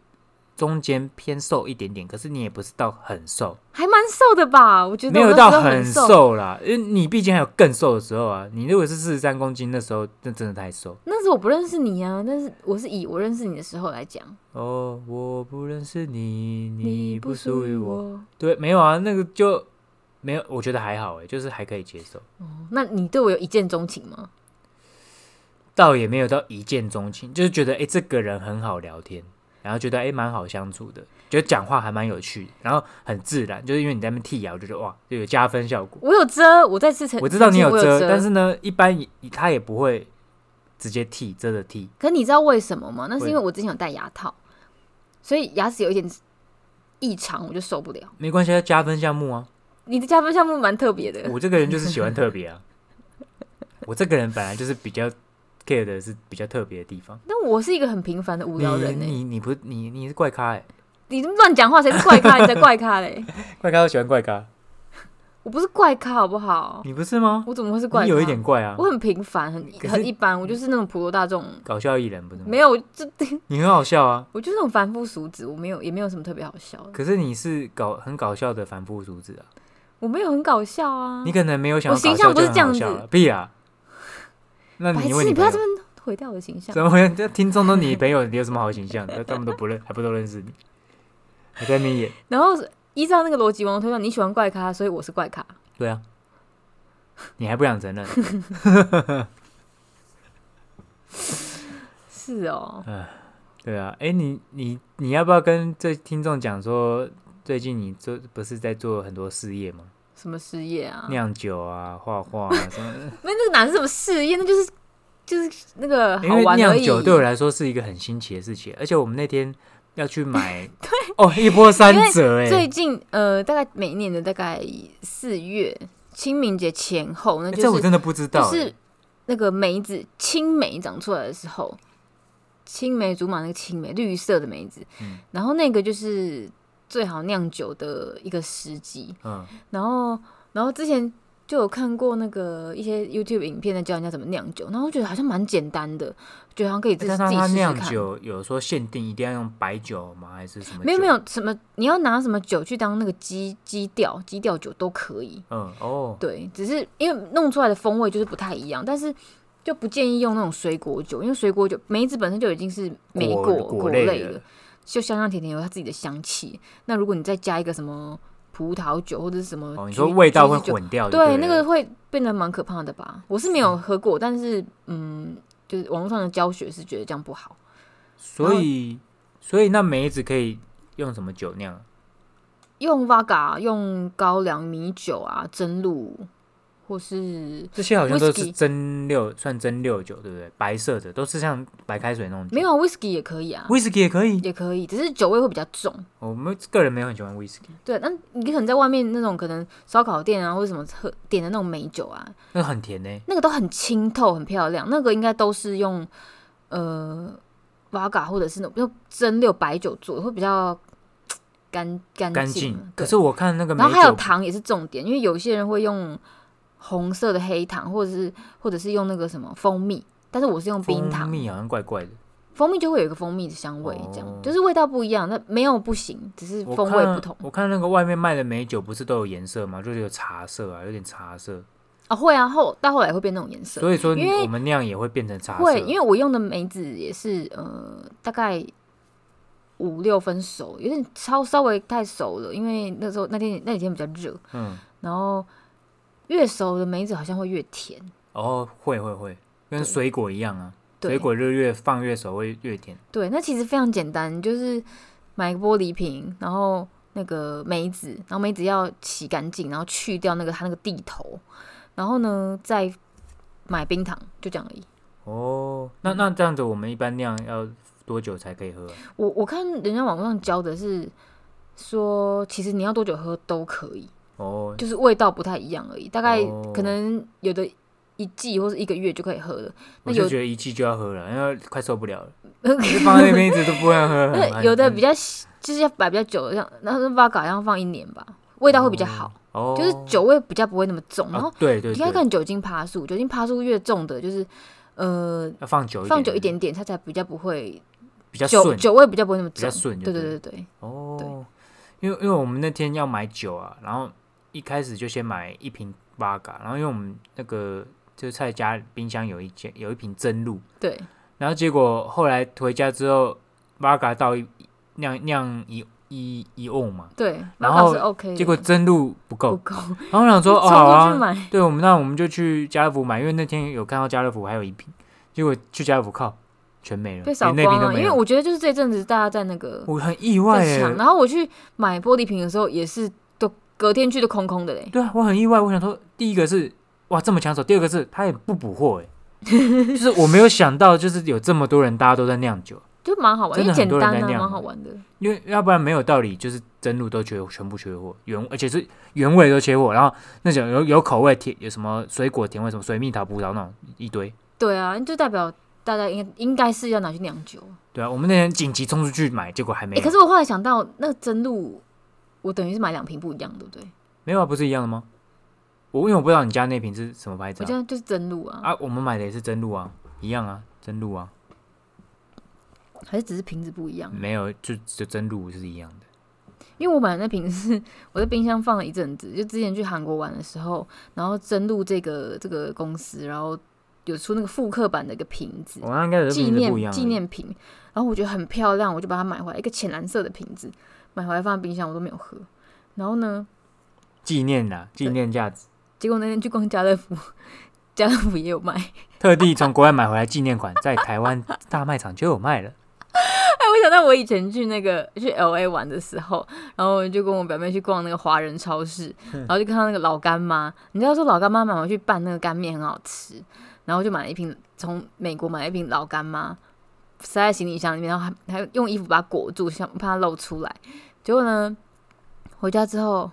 Speaker 1: 中间偏瘦一点点，可是你也不是到很瘦，
Speaker 2: 还蛮瘦的吧？我觉
Speaker 1: 没
Speaker 2: 得我
Speaker 1: 有
Speaker 2: 那
Speaker 1: 到
Speaker 2: 时候
Speaker 1: 很
Speaker 2: 很，
Speaker 1: 瘦啦，因为你毕竟还有更瘦的时候啊。你如果是四十三公斤，那时候那真的太瘦
Speaker 2: 那时候我不认识你啊，但是我是以我认识你的时候来讲，
Speaker 1: 哦。我不认识你，你不属于我。
Speaker 2: 哦。
Speaker 1: 对，没有啊，那个就没有，我觉得还好诶、欸就是还可以接受，
Speaker 2: 那你对我有一见钟情吗？
Speaker 1: 倒也没有到一见钟情，就是觉得诶、这个人很好聊天，然后觉得诶蛮、好相处的，觉得讲话还蛮有趣的，然后很自然，就是因为你在那边剔牙，我就觉得哇，就有加分效果。
Speaker 2: 我有遮，我在吃成
Speaker 1: 我知道你有
Speaker 2: 我
Speaker 1: 遮，
Speaker 2: 遮，
Speaker 1: 但是呢，一般也他也不会直接剃，遮着剃。
Speaker 2: 可你知道为什么吗？那是
Speaker 1: 为
Speaker 2: 因为我之前有戴牙套，所以牙齿有一点异常，我就受不了。
Speaker 1: 没关系，要加分项目啊。
Speaker 2: 你的加分项目蛮特别的，
Speaker 1: 我这个人就是喜欢特 别啊。我这个人本来就是比较 care 的是比较特别的地方。
Speaker 2: 但我是一个很平凡的无
Speaker 1: 你
Speaker 2: 聊人欸呢、
Speaker 1: 你你不你你是怪咖哎、
Speaker 2: 你这么乱讲话才是怪咖，你才 怪咖嘞！
Speaker 1: 怪咖都喜欢怪咖，
Speaker 2: 我不是怪咖，好不好？
Speaker 1: 你不是吗？
Speaker 2: 我怎么会是怪咖？
Speaker 1: 你有一点怪啊
Speaker 2: 我，很平凡，很
Speaker 1: 可是嗯
Speaker 2: 很一般，我就是那种普罗大众，
Speaker 1: 搞笑艺人不是吗？
Speaker 2: 没有，我就
Speaker 1: 你很好笑啊，
Speaker 2: 我就是那种凡夫俗子，我没有，也没有什么特别好笑的，
Speaker 1: 可是你是搞很搞笑的凡夫俗子啊。
Speaker 2: 我没有很搞笑啊。
Speaker 1: 你可能没有想
Speaker 2: 我
Speaker 1: 要搞
Speaker 2: 形
Speaker 1: 笑
Speaker 2: 象
Speaker 1: 就
Speaker 2: 不是
Speaker 1: 很
Speaker 2: 这样
Speaker 1: 好
Speaker 2: 子
Speaker 1: 笑了，屁啊！那
Speaker 2: 白
Speaker 1: 你
Speaker 2: 痴，
Speaker 1: 问
Speaker 2: 你
Speaker 1: 你
Speaker 2: 不
Speaker 1: 朋
Speaker 2: 要
Speaker 1: 友
Speaker 2: 这么毁掉我的形象。
Speaker 1: 怎么会？这听众都你朋友，你有什么好形象？ 他们都不认，还不都认识你，还在那边演。
Speaker 2: 然后依照那个逻辑往我推断，你喜欢怪咖，所以我是怪咖。
Speaker 1: 对啊，你还不想承 认？
Speaker 2: 是哦，
Speaker 1: 嗯对啊，哎、你你你要不要跟这听众讲说，最近你做不是在做很多事业吗？
Speaker 2: 什么事业啊？
Speaker 1: 酿酒啊，画画啊 什么的。
Speaker 2: 那那个哪是什么事业？那就是就是那个
Speaker 1: 因
Speaker 2: 好
Speaker 1: 为
Speaker 2: 玩而
Speaker 1: 酿
Speaker 2: 已。
Speaker 1: 酒对我来说是一个很新奇的事情，而且我们那天要去 买， 哦，一波三折哎、
Speaker 2: 最近呃，大概每一年的大概四月清明节前后，那
Speaker 1: 诶
Speaker 2: 就
Speaker 1: 哎这我
Speaker 2: 是、
Speaker 1: 真的不知道、
Speaker 2: 就
Speaker 1: 欸，
Speaker 2: 是那个梅子青梅长出来的时候，青梅竹马那个青梅，绿色的梅子，
Speaker 1: 嗯
Speaker 2: 然后那个就是最好酿酒的一个时机。
Speaker 1: 嗯，
Speaker 2: 然后，然后之前就有看过那个一些 YouTube 影片在教人家怎么酿酒，然后我觉得好像蛮简单的，觉得好像可以自
Speaker 1: 哎但
Speaker 2: 己
Speaker 1: 是它
Speaker 2: 自己试试
Speaker 1: 酿
Speaker 2: 看。
Speaker 1: 酒有说限定一定要用白酒吗？还是什么？
Speaker 2: 没有没，有什么，你要拿什么酒去当那个基基调基调酒都可以。
Speaker 1: 嗯哦，
Speaker 2: 对，只是因为弄出来的风味就是不太一样，但是就不建议用那种水果酒，因为水果酒梅子本身就已经是莓
Speaker 1: 果
Speaker 2: 果
Speaker 1: 果类
Speaker 2: 类
Speaker 1: 的
Speaker 2: 就香香甜甜有它自己的香气。那如果你再加一个什么葡萄酒或者是什么橘，
Speaker 1: 哦，你说味道会
Speaker 2: 橘子酒
Speaker 1: 混掉就
Speaker 2: 对，
Speaker 1: 了
Speaker 2: 那个会变得蛮可怕的吧？我是没有喝过，但是嗯，就是网络上的教学是觉得这样不好。
Speaker 1: 所以所以那梅子可以用什么酒酿？
Speaker 2: 用 Vaga、用高粱米酒啊、蒸露，或是
Speaker 1: 这些好像都是
Speaker 2: Whisky
Speaker 1: 蒸馏，算蒸馏酒，对不对？白色的都是像白开水那种酒。
Speaker 2: 没有 Whisky 也可以啊，
Speaker 1: 威士忌也可以。
Speaker 2: 也可以，只是酒味会比较重。
Speaker 1: 我们个人没有很喜欢威士忌，
Speaker 2: 对，那你可能在外面那种可能烧烤店啊，或者什么喝点的那种美酒啊，
Speaker 1: 那个很甜呢、
Speaker 2: 那个都很清透、很漂亮，那个应该都是用呃瓦嘎或者是那种用蒸馏白酒做的，会比较干干
Speaker 1: 干
Speaker 2: 净
Speaker 1: 净
Speaker 2: 啊。。
Speaker 1: 可
Speaker 2: 对，
Speaker 1: 是我看那个梅
Speaker 2: 然后还有
Speaker 1: 酒，
Speaker 2: 糖也是重点，因为有些人会用红色的黑糖，或者是或者是用那个什么蜂蜜，但是我是用冰
Speaker 1: 蜂
Speaker 2: 糖，
Speaker 1: 蜜好像怪怪的。
Speaker 2: 蜂蜜就会有一个蜂蜜的香味，这样、
Speaker 1: 哦
Speaker 2: 就是味道不一样，那没有不行，只是
Speaker 1: 我
Speaker 2: 风味
Speaker 1: 看
Speaker 2: 不同
Speaker 1: 我看那个外面卖的梅酒不是都有颜色吗？就是有茶色啊，有点茶色。
Speaker 2: 啊、会啊，后到后来会变那种颜色。
Speaker 1: 所以说
Speaker 2: 因为
Speaker 1: 我们酿也会变成茶色。
Speaker 2: 会，因为我用的梅子也是呃，大概五六分熟，有点超稍微太熟了，因为那时候那天那几天比较热，
Speaker 1: 嗯，
Speaker 2: 然后越熟的梅子好像会越甜，
Speaker 1: 哦，会会会，跟
Speaker 2: 对
Speaker 1: 水果一样啊，水
Speaker 2: 对
Speaker 1: 果就越放越熟会越甜。
Speaker 2: 对，那其实非常简单，就是买个玻璃瓶，然后那个梅子，然后梅子要洗干净，然后去掉那个它那个地头，然后呢再买冰糖，就这样而已。
Speaker 1: 哦，那那这样子我们一般酿要多久才可以喝啊？
Speaker 2: 我我看人家网上教的是说，其实你要多久喝都可以。
Speaker 1: 哦，
Speaker 2: 就是味道不太一样而已，大概
Speaker 1: 哦
Speaker 2: 可能有的一季或是一个月就可以喝了。
Speaker 1: 我
Speaker 2: 那
Speaker 1: 就
Speaker 2: 有
Speaker 1: 觉得一季就要喝了，因为快受不 了了，就放在那边一直都不会喝。很
Speaker 2: 那 有的比较就是要摆比较久的，像那是 v o d 要放一年吧，味道会比较好，，
Speaker 1: 很哦，
Speaker 2: 就是酒味比较不会那么重。然
Speaker 1: 哦
Speaker 2: 后
Speaker 1: 对对
Speaker 2: 你要
Speaker 1: 对，
Speaker 2: 看酒精趴数，酒精趴数越重的，就是呃
Speaker 1: 要放久
Speaker 2: 放久一，点点，它才比较不会
Speaker 1: 比较
Speaker 2: 酒
Speaker 1: 顺
Speaker 2: 酒味比较不会那么
Speaker 1: 比较
Speaker 2: 重。
Speaker 1: 顺就
Speaker 2: 对
Speaker 1: 对
Speaker 2: 对对对，
Speaker 1: 哦。因为因为我们那天要买酒啊，然后一开始就先买一瓶八嘎，然后因为我们那个就是蔡家冰箱有一件有一瓶真露，
Speaker 2: 对
Speaker 1: 然后结果后来回家之后，八嘎到一酿酿一一一瓮嘛，
Speaker 2: 对，
Speaker 1: 然
Speaker 2: 马卡
Speaker 1: 后
Speaker 2: 是 OK 的。
Speaker 1: 结果真露不
Speaker 2: 嗯不
Speaker 1: 够，
Speaker 2: 够，
Speaker 1: 然后我想 说哦
Speaker 2: 冲
Speaker 1: 好
Speaker 2: 过
Speaker 1: 啊，
Speaker 2: 去买，
Speaker 1: 对我们那我们就去家乐福买，因为那天有看到家乐福还有一瓶，结果去家乐福靠全没了，
Speaker 2: 被扫
Speaker 1: 连那瓶
Speaker 2: 光
Speaker 1: 都
Speaker 2: 了。
Speaker 1: 没
Speaker 2: 因为
Speaker 1: 有，
Speaker 2: 我觉得就是这阵子大家在那个
Speaker 1: 我很意外
Speaker 2: 在
Speaker 1: 耶，
Speaker 2: 抢。然后我去买玻璃瓶的时候，也是都隔天去都空空的嘞。
Speaker 1: 对啊，我很意外。我想说，第一个是哇这么抢手，第二个是他也不补货哎， 就是我没有想到，就是有这么多人大家都在酿酒，
Speaker 2: 就蛮好玩，
Speaker 1: 真
Speaker 2: 因
Speaker 1: 的
Speaker 2: 为简单
Speaker 1: 很多
Speaker 2: 啊
Speaker 1: 人在，酿
Speaker 2: 蛮好玩的。
Speaker 1: 因为要不然没有道理，就是真露都缺，全部缺货，原而且是原味都缺货，然后那种有有口味甜，有什么水果甜味，什么水蜜桃、葡萄那种一堆。
Speaker 2: 对啊，就代表大家应该应该是要拿去酿酒。
Speaker 1: 对啊，我们那天紧急冲出去买，结果还没
Speaker 2: 哎、
Speaker 1: 有。
Speaker 2: 可是我后来想到，那个真露，我等于是买两瓶不一样，对不对？
Speaker 1: 没有啊，不是一样的吗？我因为我不知道你家那瓶是什么牌子
Speaker 2: 我
Speaker 1: 啊、
Speaker 2: 这样就是真露啊，
Speaker 1: 啊，我们买的也是真露啊，一样啊，真露啊，
Speaker 2: 还是只是瓶子不一样？
Speaker 1: 没有就就真露是一样的。
Speaker 2: 因为我买的那瓶是我在冰箱放了一阵子，就之前去韩国玩的时候，然后真露这个这个公司，然后有出那个复刻版的一个瓶子，
Speaker 1: 我那应该有
Speaker 2: 纪
Speaker 1: 瓶子不一样而
Speaker 2: 念
Speaker 1: 已，
Speaker 2: 纪念瓶，然后我觉得很漂亮，我就把它买回来，一个浅蓝色的瓶子，买回来放在冰箱，我都没有喝。然后呢，
Speaker 1: 纪念啦，纪念啊价值，
Speaker 2: 结果那天去逛家乐福， 家乐福也有卖，哎，
Speaker 1: 特地从国外买回来纪念款，在台湾大卖场就有卖了。
Speaker 2: 我想到我以前去那个去 L A 玩的时候，然后我就跟我表妹去逛那个华人超市，然后就看到那个老干妈，你知道说老干妈买回去拌那个干面很好吃，然后就买了一瓶从美国买了一瓶老干妈，塞在行李箱里面，然后还还用衣服把它裹住，想怕它露出来。结果呢，回家之后，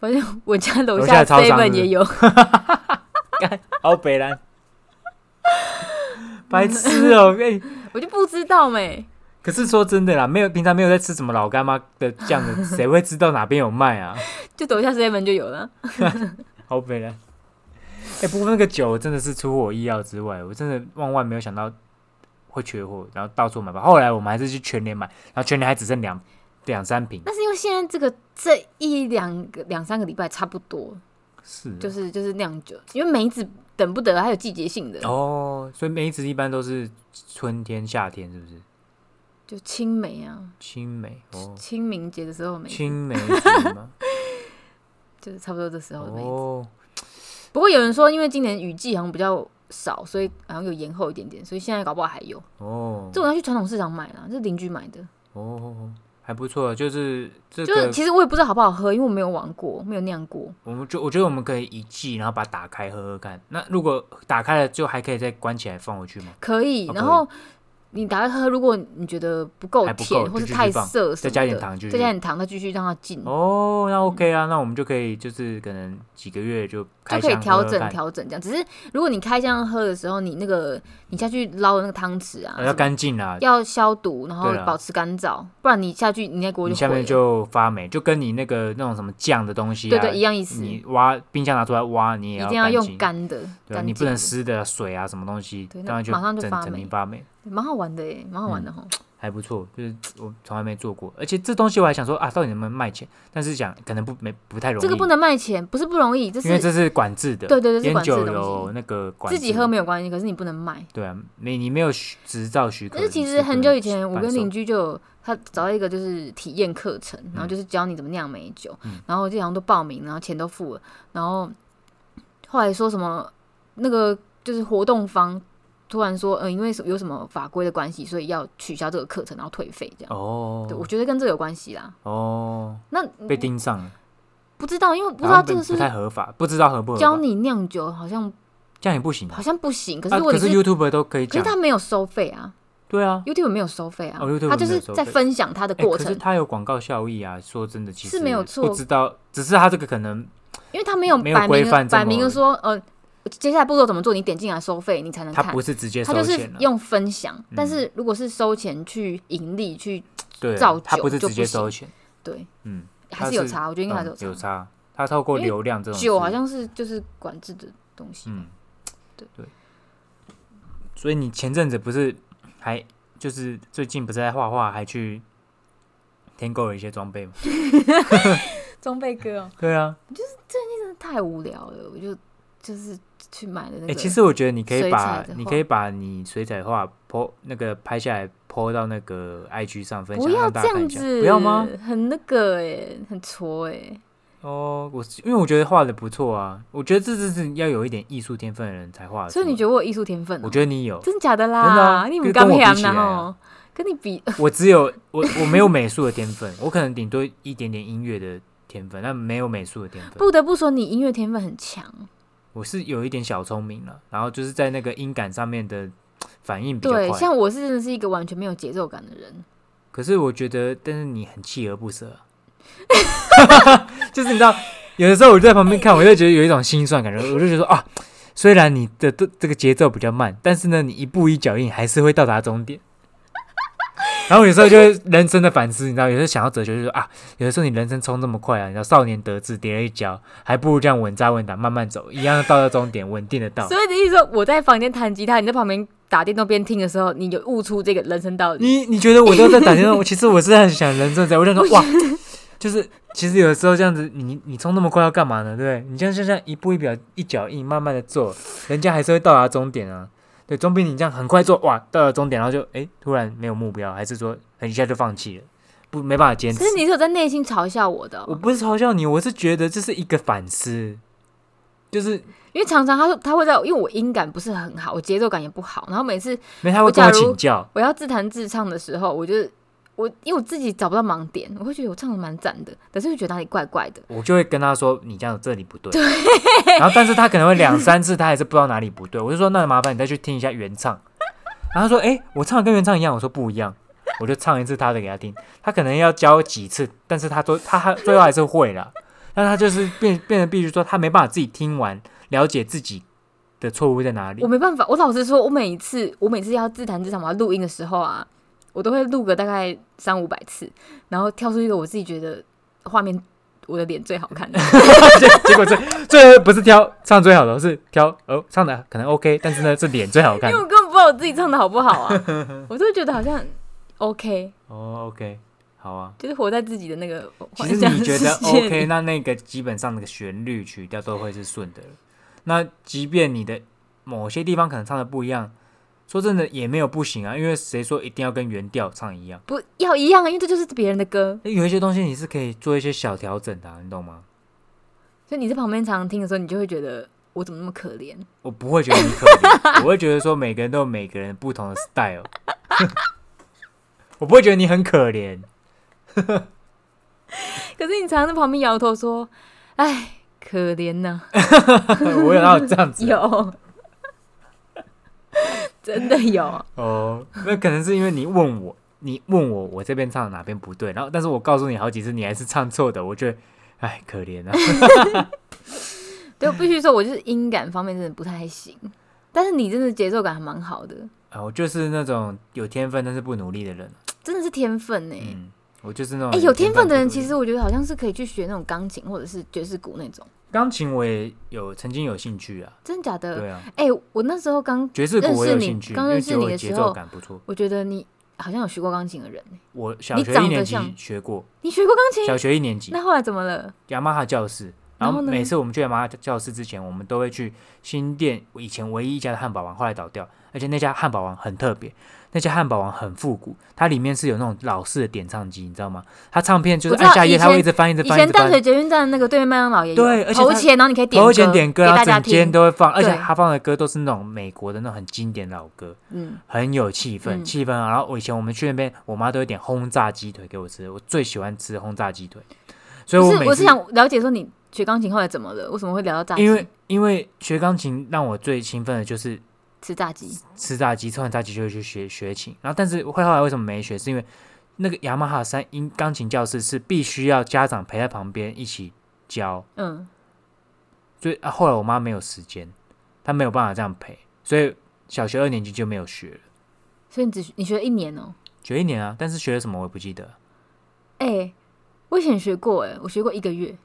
Speaker 2: 发现我家楼
Speaker 1: 楼下
Speaker 2: 下
Speaker 1: 的超商
Speaker 2: seven
Speaker 1: 是不是
Speaker 2: 也有，
Speaker 1: 好北兰， 白痴哦、哎、
Speaker 2: 我就不知道没。
Speaker 1: 可是说真的啦，没有平常没有在吃什么老干妈的酱的，谁会知道哪边有卖啊？
Speaker 2: 就楼下 seven 就有了，
Speaker 1: 好北蓝。哎、不过那个酒真的是出乎我意料之外，我真的万万没有想到会缺货，然后到处买吧。后来我们还是去全联买，然后全联还只剩两两三瓶，
Speaker 2: 那是因为现在这个这一两个两三个礼拜差不多，
Speaker 1: 是哦
Speaker 2: 就是就是酿酒，因为梅子等不得，还有季节性的，
Speaker 1: 哦，所以梅子一般都是春天、夏天，是不是？
Speaker 2: 就青梅啊，
Speaker 1: 青梅哦，
Speaker 2: 清明节的时候梅子，
Speaker 1: 青梅竹 吗？
Speaker 2: 就是差不多这时候的梅子。
Speaker 1: 哦，
Speaker 2: 不过有人说，因为今年雨季好像比较少，所以好像有延后一点点，所以现在搞不好还有。
Speaker 1: 哦，
Speaker 2: 这我要去传统市场买啦，这是邻居买的。
Speaker 1: 哦，还不错，就是这
Speaker 2: 就是
Speaker 1: 个，
Speaker 2: 其实我也不知道好不好喝，因为我没有玩过，没有酿过。
Speaker 1: 我们就我觉得我们可以一季，然后把它打开喝喝看。那如果打开了，就还可以再关起来放回去吗？
Speaker 2: 可以，
Speaker 1: 哦
Speaker 2: 然后你打开喝，如果你觉得不够
Speaker 1: 还不够
Speaker 2: 甜
Speaker 1: 就
Speaker 2: 或是
Speaker 1: 继续
Speaker 2: 太
Speaker 1: 放
Speaker 2: 涩什
Speaker 1: 再
Speaker 2: 么
Speaker 1: 加一点
Speaker 2: 的
Speaker 1: 糖就
Speaker 2: 再
Speaker 1: 是
Speaker 2: 加点嗯糖，再继续让它进，
Speaker 1: 哦，那 OK 啊，那我们就可以就是可能几个月就
Speaker 2: 就
Speaker 1: 开
Speaker 2: 可以
Speaker 1: 箱
Speaker 2: 调
Speaker 1: 喝喝
Speaker 2: 整啊
Speaker 1: 看，
Speaker 2: 调整这样。只是如果你开箱喝的时候，你那个你下去捞的那个汤匙啊，
Speaker 1: 呃要
Speaker 2: 什么
Speaker 1: 干净啦。
Speaker 2: 要消毒，然后
Speaker 1: 对啦啊
Speaker 2: 保持干燥，不然你下去你那锅
Speaker 1: 你
Speaker 2: 就
Speaker 1: 下
Speaker 2: 毁
Speaker 1: 面
Speaker 2: 了。
Speaker 1: 就发霉，就跟你那个那种什么酱的东西
Speaker 2: 对
Speaker 1: 啊，
Speaker 2: 对，一样意思，
Speaker 1: 你挖冰箱拿出来挖，你也
Speaker 2: 一定
Speaker 1: 要
Speaker 2: 要
Speaker 1: 干
Speaker 2: 用
Speaker 1: 净
Speaker 2: 干的，
Speaker 1: 对啊，
Speaker 2: 干
Speaker 1: 你不
Speaker 2: 净
Speaker 1: 能
Speaker 2: 的，
Speaker 1: 湿的啊、水啊什么东西
Speaker 2: 对，那
Speaker 1: 当然就
Speaker 2: 马上就
Speaker 1: 整
Speaker 2: 发
Speaker 1: 整
Speaker 2: 霉
Speaker 1: 瓶发霉，
Speaker 2: 蛮好玩的耶，蛮好玩
Speaker 1: 嗯
Speaker 2: 的哈。
Speaker 1: 还不错，就是我从来没做过，而且这东西我还想说啊，到底能不能卖钱？但是想可能不没不太容易，
Speaker 2: 这个不能卖钱，不是不容易，这
Speaker 1: 因为
Speaker 2: 是
Speaker 1: 这是管制的，
Speaker 2: 对对对是
Speaker 1: 烟
Speaker 2: 管制的
Speaker 1: 酒
Speaker 2: 东西
Speaker 1: 有那个管
Speaker 2: 自
Speaker 1: 制
Speaker 2: 己喝没有关系，可是你不能卖。
Speaker 1: 对啊，你你没有许执照许可，
Speaker 2: 但是其
Speaker 1: 你
Speaker 2: 实
Speaker 1: 不
Speaker 2: 很
Speaker 1: 能
Speaker 2: 久以前，
Speaker 1: 贩
Speaker 2: 我跟
Speaker 1: 售
Speaker 2: 邻居就有他找到一个就是体验课程，然
Speaker 1: 嗯
Speaker 2: 后就是教你怎么酿美酒，然后我就好像都报名，然后钱都付了，然后后来说什么那个就是活动方突然说，嗯，因为有什么法规的关系，所以要取消这个课程，然后退费这样。对，我
Speaker 1: 哦
Speaker 2: 觉得跟这个有关系啦。
Speaker 1: 哦
Speaker 2: 那
Speaker 1: 被盯上了，
Speaker 2: 不知道，因为不知
Speaker 1: 然后
Speaker 2: 道这
Speaker 1: 不
Speaker 2: 个是
Speaker 1: 不
Speaker 2: 不
Speaker 1: 太
Speaker 2: 是
Speaker 1: 合法，不知道合不合
Speaker 2: 教
Speaker 1: 法，
Speaker 2: 你酿酒，好像
Speaker 1: 这样也不行啊
Speaker 2: 好。像不行。可是
Speaker 1: 啊
Speaker 2: 如果
Speaker 1: 可
Speaker 2: 你
Speaker 1: 是
Speaker 2: 是，
Speaker 1: YouTube 都可以
Speaker 2: 可
Speaker 1: 讲
Speaker 2: 是，他没有收费啊
Speaker 1: 对啊，
Speaker 2: ，YouTube 没有收费啊
Speaker 1: 哦，YouTube，
Speaker 2: 他就是
Speaker 1: 没有收
Speaker 2: 在
Speaker 1: 费
Speaker 2: 分享他的
Speaker 1: 哎
Speaker 2: 过
Speaker 1: 可是
Speaker 2: 程，
Speaker 1: 它有广告效益啊。说真的，其实
Speaker 2: 是没有错
Speaker 1: 不知道，只是它这个可能
Speaker 2: 因为他没有
Speaker 1: 没有
Speaker 2: 摆
Speaker 1: 规
Speaker 2: 明
Speaker 1: 范
Speaker 2: 了
Speaker 1: 这么
Speaker 2: 摆明了说，呃，接下来步骤怎么做，你点进来收费，你才能
Speaker 1: 它
Speaker 2: 看
Speaker 1: 不。是直接
Speaker 2: 他
Speaker 1: 收
Speaker 2: 就是
Speaker 1: 钱啊，
Speaker 2: 用分享，但是如果是收钱去盈利，去
Speaker 1: 对啊
Speaker 2: 造，
Speaker 1: 它
Speaker 2: 酒
Speaker 1: 不是
Speaker 2: 就
Speaker 1: 直
Speaker 2: 不
Speaker 1: 接
Speaker 2: 行
Speaker 1: 收钱，
Speaker 2: 对，
Speaker 1: 嗯，它
Speaker 2: 还是有
Speaker 1: 是
Speaker 2: 差，我觉得应该还是
Speaker 1: 嗯
Speaker 2: 有
Speaker 1: 有
Speaker 2: 差。
Speaker 1: 差，它透过
Speaker 2: 因为
Speaker 1: 流量这种
Speaker 2: 酒
Speaker 1: 事
Speaker 2: 好像是就是管制的东西，
Speaker 1: 嗯，
Speaker 2: 对
Speaker 1: 对。所以你前阵子不是还就是最近不是在画画，还去添购了一些装备吗？
Speaker 2: 装备哥哦，
Speaker 1: 对啊，
Speaker 2: 真的太无聊了，我就就是去买了那
Speaker 1: 哎、
Speaker 2: 个。
Speaker 1: 其实我觉得你可以
Speaker 2: 水
Speaker 1: 把
Speaker 2: 彩的
Speaker 1: 你
Speaker 2: 画
Speaker 1: 可以把你水彩画 po 那个拍下来 po 到那个 IG 上分享，
Speaker 2: 不要
Speaker 1: 让大
Speaker 2: 这
Speaker 1: 家看
Speaker 2: 样
Speaker 1: 一下
Speaker 2: 子，
Speaker 1: 不要吗？？
Speaker 2: 很那个哎、很挫哎、
Speaker 1: 哦，我是因为我觉得画的不错啊，我觉得这就是要有一点艺术天分的人才画得出
Speaker 2: 所
Speaker 1: 来。
Speaker 2: 以你觉得我有艺术天分、
Speaker 1: 哦我
Speaker 2: 哦？
Speaker 1: 觉得你有，
Speaker 2: 真的假的啦？
Speaker 1: 真的啊
Speaker 2: 你
Speaker 1: 跟
Speaker 2: 们刚
Speaker 1: 跟我比
Speaker 2: 强
Speaker 1: 起
Speaker 2: 的
Speaker 1: 来啊
Speaker 2: 哦，跟你比，
Speaker 1: 我只有我我没有美术的天分，我可能顶多一点点音乐的天分，但没有美术的天分。
Speaker 2: 不得不说你音乐天分很强。
Speaker 1: 我是有一点小聪明了，然后就是在那个音感上面的反应比较
Speaker 2: 对，
Speaker 1: 快。
Speaker 2: 像我是真的是一个完全没有节奏感的人，
Speaker 1: 可是我觉得，但是你很锲而不舍 啊，就是你知道，有的时候我就在旁边看，我就觉得有一种心酸感觉，我就觉得说啊，虽然你的这这个节奏比较慢，但是呢，你一步一脚印还是会到达终点。 然后有时候就会人生的反思，你知道，有时候想要哲学，就说啊，有的时候你人生冲这么快啊，你知道少年得志跌了一跤，还不如这样稳扎稳打，慢慢走，一样到达终点，稳定的到。
Speaker 2: 所以你意思说我在房间弹吉他，你在旁边打电动边听的时候，你有悟出这个人生道理？
Speaker 1: 你你觉得我都在打电话，我 其实我是很想人正在，我就想说哇，就是其实有的时候这样子，你你冲那么快要干嘛呢？对不对？你这样就像一步一表一脚印，慢慢的做，人家还是会到达终点啊。对，总比你这样很快做，哇，到了终点，然后就哎、突然没有目标，还是说很一下就放弃了，不没办法坚持
Speaker 2: 可。是你是有在内心嘲笑我的哦、
Speaker 1: 我不是嘲笑你，我是觉得这是一个反思，就是
Speaker 2: 因为常常他说他会在，因为我音感不是很好，我节奏感也不好，然后每次
Speaker 1: 没他会跟我
Speaker 2: 我假如
Speaker 1: 请教，
Speaker 2: 我要自弹自唱的时候，我就我因为我自己找不到盲点，我会觉得我唱的蛮赞的，可是又觉得哪里怪怪的。
Speaker 1: 我就会跟他说你这样这里不对，然后但是他可能会两三次，他还是不知道哪里不对，我就说那麻烦你再去听一下原唱，然后他说诶，我唱的跟原唱一样，我说不一样，我就唱一次他的给他听，他可能要教几次，但是他都他他最后还是会了，但他就是变变得必须说他没办法自己听完了解自己的错误在哪里
Speaker 2: 我，没办法，我老实说，我每一次我每次要自弹自唱，我要录音的时候啊，我都会录个大概三五百次，然后跳出一个我自己觉得画面我的脸最好看的。
Speaker 1: 结结果最最后不是挑唱最好的，是挑哦唱的可能 OK，但是呢是脸最好看
Speaker 2: 因为。我根本不知道我自己唱的好不好 啊，我就觉得好像 OK，
Speaker 1: 哦，OK，好啊。
Speaker 2: 就是活在自己的那个
Speaker 1: 其
Speaker 2: 幻
Speaker 1: 实
Speaker 2: 想
Speaker 1: 你觉得
Speaker 2: 世界
Speaker 1: OK，
Speaker 2: 里
Speaker 1: 那那个基本上那个旋律曲调都会是顺的了。那即便你的某些地方可能唱的不一样，说真的也没有不行啊，因为谁说一定要跟原调唱一样？
Speaker 2: 不要一样啊，因为这就是别人的歌，
Speaker 1: 有一些东西你是可以做一些小调整的啊、你懂吗？
Speaker 2: 所以你在旁边常常听的时候，你就会觉得我怎么那么可怜？
Speaker 1: 我不会觉得你可 怜，我会觉得说每个人都有每个人不同的 style，我不会觉得你很可怜。
Speaker 2: 可是你常常在旁边摇头说：“哎，可怜呐、
Speaker 1: 我有到这样子啊
Speaker 2: 有， 真的有。
Speaker 1: 哦，那可能是因为你问我，你问我我这边唱的哪边不对，然后但是我告诉你好几次，你还是唱错的，我觉得哎可怜 啊。
Speaker 2: 对，我必须说，我就是音感方面真的不太行，但是你真的节奏感还蛮好的，
Speaker 1: 啊，我就是那种有天分但是不努力的人。啊
Speaker 2: 真的是天分呢、欸
Speaker 1: 嗯，我就是那种
Speaker 2: 哎、有天分的人，
Speaker 1: 不努力
Speaker 2: 其实我觉得好像是可以去学那种钢琴或者是爵士鼓那种，
Speaker 1: 钢琴我也有曾经有兴趣啊，
Speaker 2: 真的假的？
Speaker 1: 对啊，
Speaker 2: 哎、我那时候刚，
Speaker 1: 爵士鼓我也有
Speaker 2: 认识你
Speaker 1: 兴趣，因
Speaker 2: 刚
Speaker 1: 为
Speaker 2: 认识
Speaker 1: 觉得
Speaker 2: 你
Speaker 1: 我
Speaker 2: 的
Speaker 1: 节
Speaker 2: 时
Speaker 1: 奏
Speaker 2: 候
Speaker 1: 感不错。
Speaker 2: 我觉得你好像有学过钢琴的人、欸，
Speaker 1: 我小
Speaker 2: 你
Speaker 1: 学
Speaker 2: 长
Speaker 1: 一
Speaker 2: 得
Speaker 1: 年级
Speaker 2: 像
Speaker 1: 学过，
Speaker 2: 你学过钢琴？
Speaker 1: 小学一年级
Speaker 2: 那后来怎么了？
Speaker 1: 雅马哈教室，然
Speaker 2: 然
Speaker 1: 后
Speaker 2: 后呢
Speaker 1: 每次我们去雅马哈教室之前，我们都会去新店以前唯一一家的汉堡王，后来倒掉，而且那家汉堡王很特别，那家汉堡王很复古，它里面是有那种老式的点唱机，你知道吗？它唱片就是哎
Speaker 2: 我知道
Speaker 1: 按下页，
Speaker 2: 以前
Speaker 1: 它会一直翻，一直
Speaker 2: 以
Speaker 1: 翻，一
Speaker 2: 前
Speaker 1: 直
Speaker 2: 淡水
Speaker 1: 翻。
Speaker 2: 捷运站那个对面麦当劳也有，
Speaker 1: 对而且
Speaker 2: 投
Speaker 1: 它
Speaker 2: 钱，然后你可以点
Speaker 1: 头前点歌，
Speaker 2: 给
Speaker 1: 然后
Speaker 2: 大家
Speaker 1: 整间
Speaker 2: 听，
Speaker 1: 都会放，而且
Speaker 2: 对
Speaker 1: 它放的歌都是那种美国的那种很经典老歌，
Speaker 2: 嗯，
Speaker 1: 很有气氛，
Speaker 2: 嗯
Speaker 1: 气氛啊。然后我以前我们去那边，我妈都会点轰炸鸡腿给我吃，我最喜欢吃轰炸鸡腿，所以
Speaker 2: 不
Speaker 1: 我
Speaker 2: 是，
Speaker 1: 每
Speaker 2: 我
Speaker 1: 次
Speaker 2: 是想了解说你学钢琴后来怎么了？为什么会聊到炸鸡？
Speaker 1: 因为因为学钢琴让我最兴奋的就是
Speaker 2: 吃炸鸡，
Speaker 1: 吃炸鸡，吃完炸鸡就会去学学琴。然后，但是会后来为什么没学，是因为那个雅马哈三音钢琴教室是必须要家长陪在旁边一起教，
Speaker 2: 嗯，
Speaker 1: 所以、啊、后来我妈没有时间，她没有办法这样陪，所以小学二年级就没有学了，
Speaker 2: 所以你只学你学了一年哦、
Speaker 1: 学一年啊，但是学了什么我也不记得。
Speaker 2: 哎、我以前学过、哎，我学过一个月，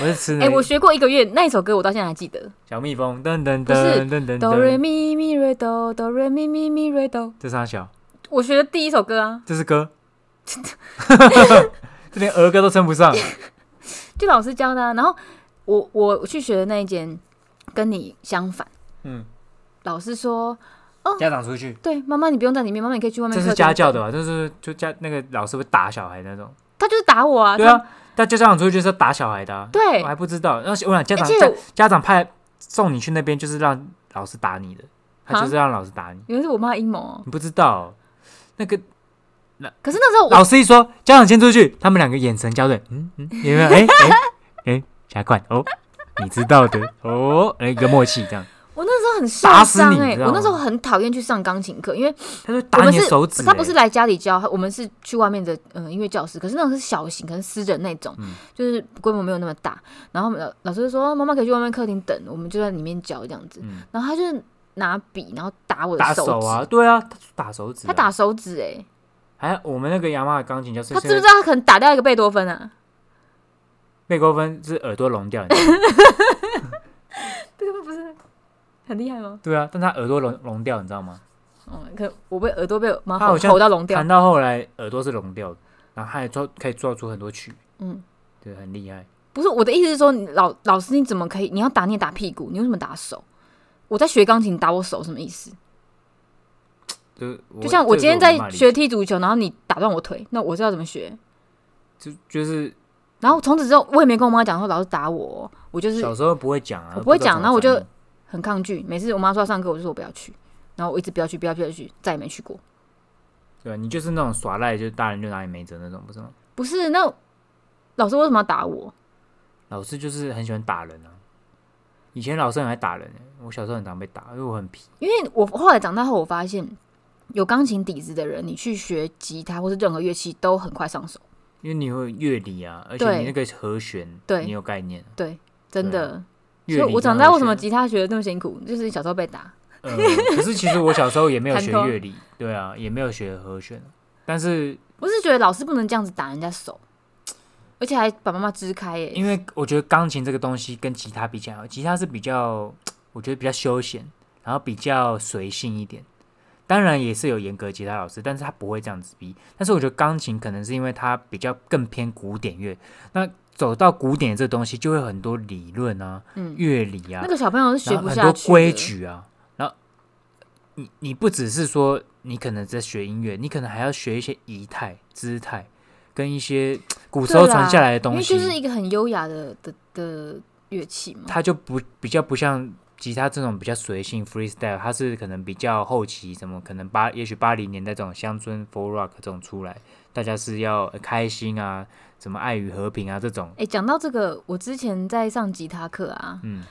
Speaker 1: 我是吃
Speaker 2: 哎、
Speaker 1: 那
Speaker 2: 我
Speaker 1: 个
Speaker 2: 学过一个月，那一首歌我到现在还记得，
Speaker 1: 小蜜蜂，噔噔
Speaker 2: 不是
Speaker 1: 噔噔噔
Speaker 2: 哆瑞
Speaker 1: 噔，
Speaker 2: 咪咪瑞哆，哆瑞咪咪咪瑞哆，
Speaker 1: 这啥小？
Speaker 2: 我学的第一首歌啊，
Speaker 1: 这是歌，这连儿歌都称不上。
Speaker 2: 就老师教的、啊。然后我我去学的那一间跟你相反，
Speaker 1: 嗯，
Speaker 2: 老师说，
Speaker 1: 家长出去。
Speaker 2: 对，妈妈你不用在里面，妈妈你可以去外面。
Speaker 1: 这是家教的，吧？就是就家那个老师会打小孩那种。
Speaker 2: 他就是打我啊，
Speaker 1: 对啊，但家长出去就是要打小孩的、啊
Speaker 2: 他，。对
Speaker 1: 我，还不知道。而且我想家长
Speaker 2: 而且
Speaker 1: 家
Speaker 2: 我
Speaker 1: 家长派送你去那边，就是让老师打你的，他
Speaker 2: 哈
Speaker 1: 就是让老师打你，
Speaker 2: 原来是我妈阴谋哦。
Speaker 1: 你不知道哦、那个
Speaker 2: 可是那时候我
Speaker 1: 老师一说家长先出去，他们两个眼神交对，嗯嗯，有没有？ 哎哎哎，加快哦，你知道的哦，哎，一个默契这样。
Speaker 2: 我那时候很受
Speaker 1: 打死
Speaker 2: 伤
Speaker 1: 你
Speaker 2: 哎、
Speaker 1: 你知道
Speaker 2: 我那时候
Speaker 1: 吗
Speaker 2: 很讨厌去上钢琴课，因为
Speaker 1: 他说
Speaker 2: 我
Speaker 1: 打
Speaker 2: 们
Speaker 1: 你的
Speaker 2: 是
Speaker 1: 手指、
Speaker 2: 他不是
Speaker 1: 哎
Speaker 2: 来家里教，我们是去外面的嗯音乐教室，可是那种是小型，可能私人那种，
Speaker 1: 嗯
Speaker 2: 就是规模没有那么大。然后我们老老师就说妈妈可以去外面客厅等，我们就在里面教这样子。
Speaker 1: 嗯
Speaker 2: 然后他就是拿笔，然后打我的
Speaker 1: 打
Speaker 2: 手
Speaker 1: 手
Speaker 2: 指，
Speaker 1: 啊，对啊，他打手指、啊。
Speaker 2: 他打手指哎、
Speaker 1: 哎，我们那个雅马哈钢琴教室
Speaker 2: 他知
Speaker 1: 现
Speaker 2: 不
Speaker 1: 在
Speaker 2: 知道他可能打掉一个贝多芬啊？
Speaker 1: 贝多芬是耳朵聋掉，你知道吗
Speaker 2: 贝多芬不是很厉害吗？
Speaker 1: 对啊，但他耳朵聋聋掉，你知道吗？
Speaker 2: 嗯，可我被耳朵被我妈
Speaker 1: 他
Speaker 2: 吼
Speaker 1: 好像
Speaker 2: 吼到聋掉
Speaker 1: 弹。到后来耳朵是聋掉的，然后他还做可以做出很多曲，
Speaker 2: 嗯，
Speaker 1: 对，很厉害。
Speaker 2: 不是我的意思是说，你老老师你怎么可以？你要打你也打屁股，你为什么打手？我在学钢琴，打我手什么意思？
Speaker 1: 就
Speaker 2: 就像我今天在学，踢足球，然后你打断我腿，那我是要怎么学？
Speaker 1: 这个我没办法理解就就是
Speaker 2: 然后从此之后，我也没跟我妈讲说老师打我哦，我就是
Speaker 1: 小时候不会讲啊，
Speaker 2: 我不会讲
Speaker 1: 知道怎么
Speaker 2: 那我就
Speaker 1: 反应
Speaker 2: 很抗拒。每次我妈说要上课，我就说我不要去，然后我一直不要去，不要去，不要去，再也没去过。
Speaker 1: 对啊，你就是那种耍赖，就是大人就拿你没辙那种，不是吗？
Speaker 2: 不是，那老师为什么要打我？
Speaker 1: 老师就是很喜欢打人啊，以前老师很爱打人欸、我小时候很常被打，因为我很皮。
Speaker 2: 因为我后来长大后，我发现有钢琴底子的人，你去学吉他或是任何乐器都很快上手。
Speaker 1: 因为你会有乐理啊，而且
Speaker 2: 对
Speaker 1: 你那个和弦，
Speaker 2: 对
Speaker 1: 你有概念啊。
Speaker 2: 对，真的。所
Speaker 1: 乐理
Speaker 2: 以我长
Speaker 1: 跟
Speaker 2: 大
Speaker 1: 和
Speaker 2: 为什
Speaker 1: 弦
Speaker 2: 么吉他学的那么辛苦，就是小时候被打。
Speaker 1: 呃，可是其实我小时候也没有
Speaker 2: 弹
Speaker 1: 学
Speaker 2: 弓
Speaker 1: 乐理，对啊，也没有学和弦，但是
Speaker 2: 我是觉得老师不能这样子打人家手，而且还把妈妈支开耶、
Speaker 1: 因为我觉得钢琴这个东西跟吉他比起来，吉他是比较我觉得比较休闲，然后比较随性一点。当然也是有严格吉他老师，但是他不会这样子逼。但是我觉得钢琴可能是因为它比较更偏古典乐，那走到古典这东西就会很多理论啊、
Speaker 2: 嗯，
Speaker 1: 乐理啊，
Speaker 2: 那个小朋友是学
Speaker 1: 然后
Speaker 2: 不
Speaker 1: 很
Speaker 2: 下
Speaker 1: 多
Speaker 2: 去的
Speaker 1: 规，矩啊。然后你你不只是说你可能在学音乐，你可能还要学一些仪态、姿态，跟一些古时候
Speaker 2: 对啦啊
Speaker 1: 传下来的
Speaker 2: 因
Speaker 1: 东
Speaker 2: 为
Speaker 1: 西。
Speaker 2: 就是一个很优雅的的的乐器嘛。
Speaker 1: 它就不比较不像吉他这种比较随性 freestyle，它是可能比较后期什么，可能八也许八零年代这种乡村 folk rock 这种出来，大家是要呃开心啊，什么爱与和平啊这种，
Speaker 2: 哎、讲到这个，我之前在上吉他课啊，
Speaker 1: 嗯，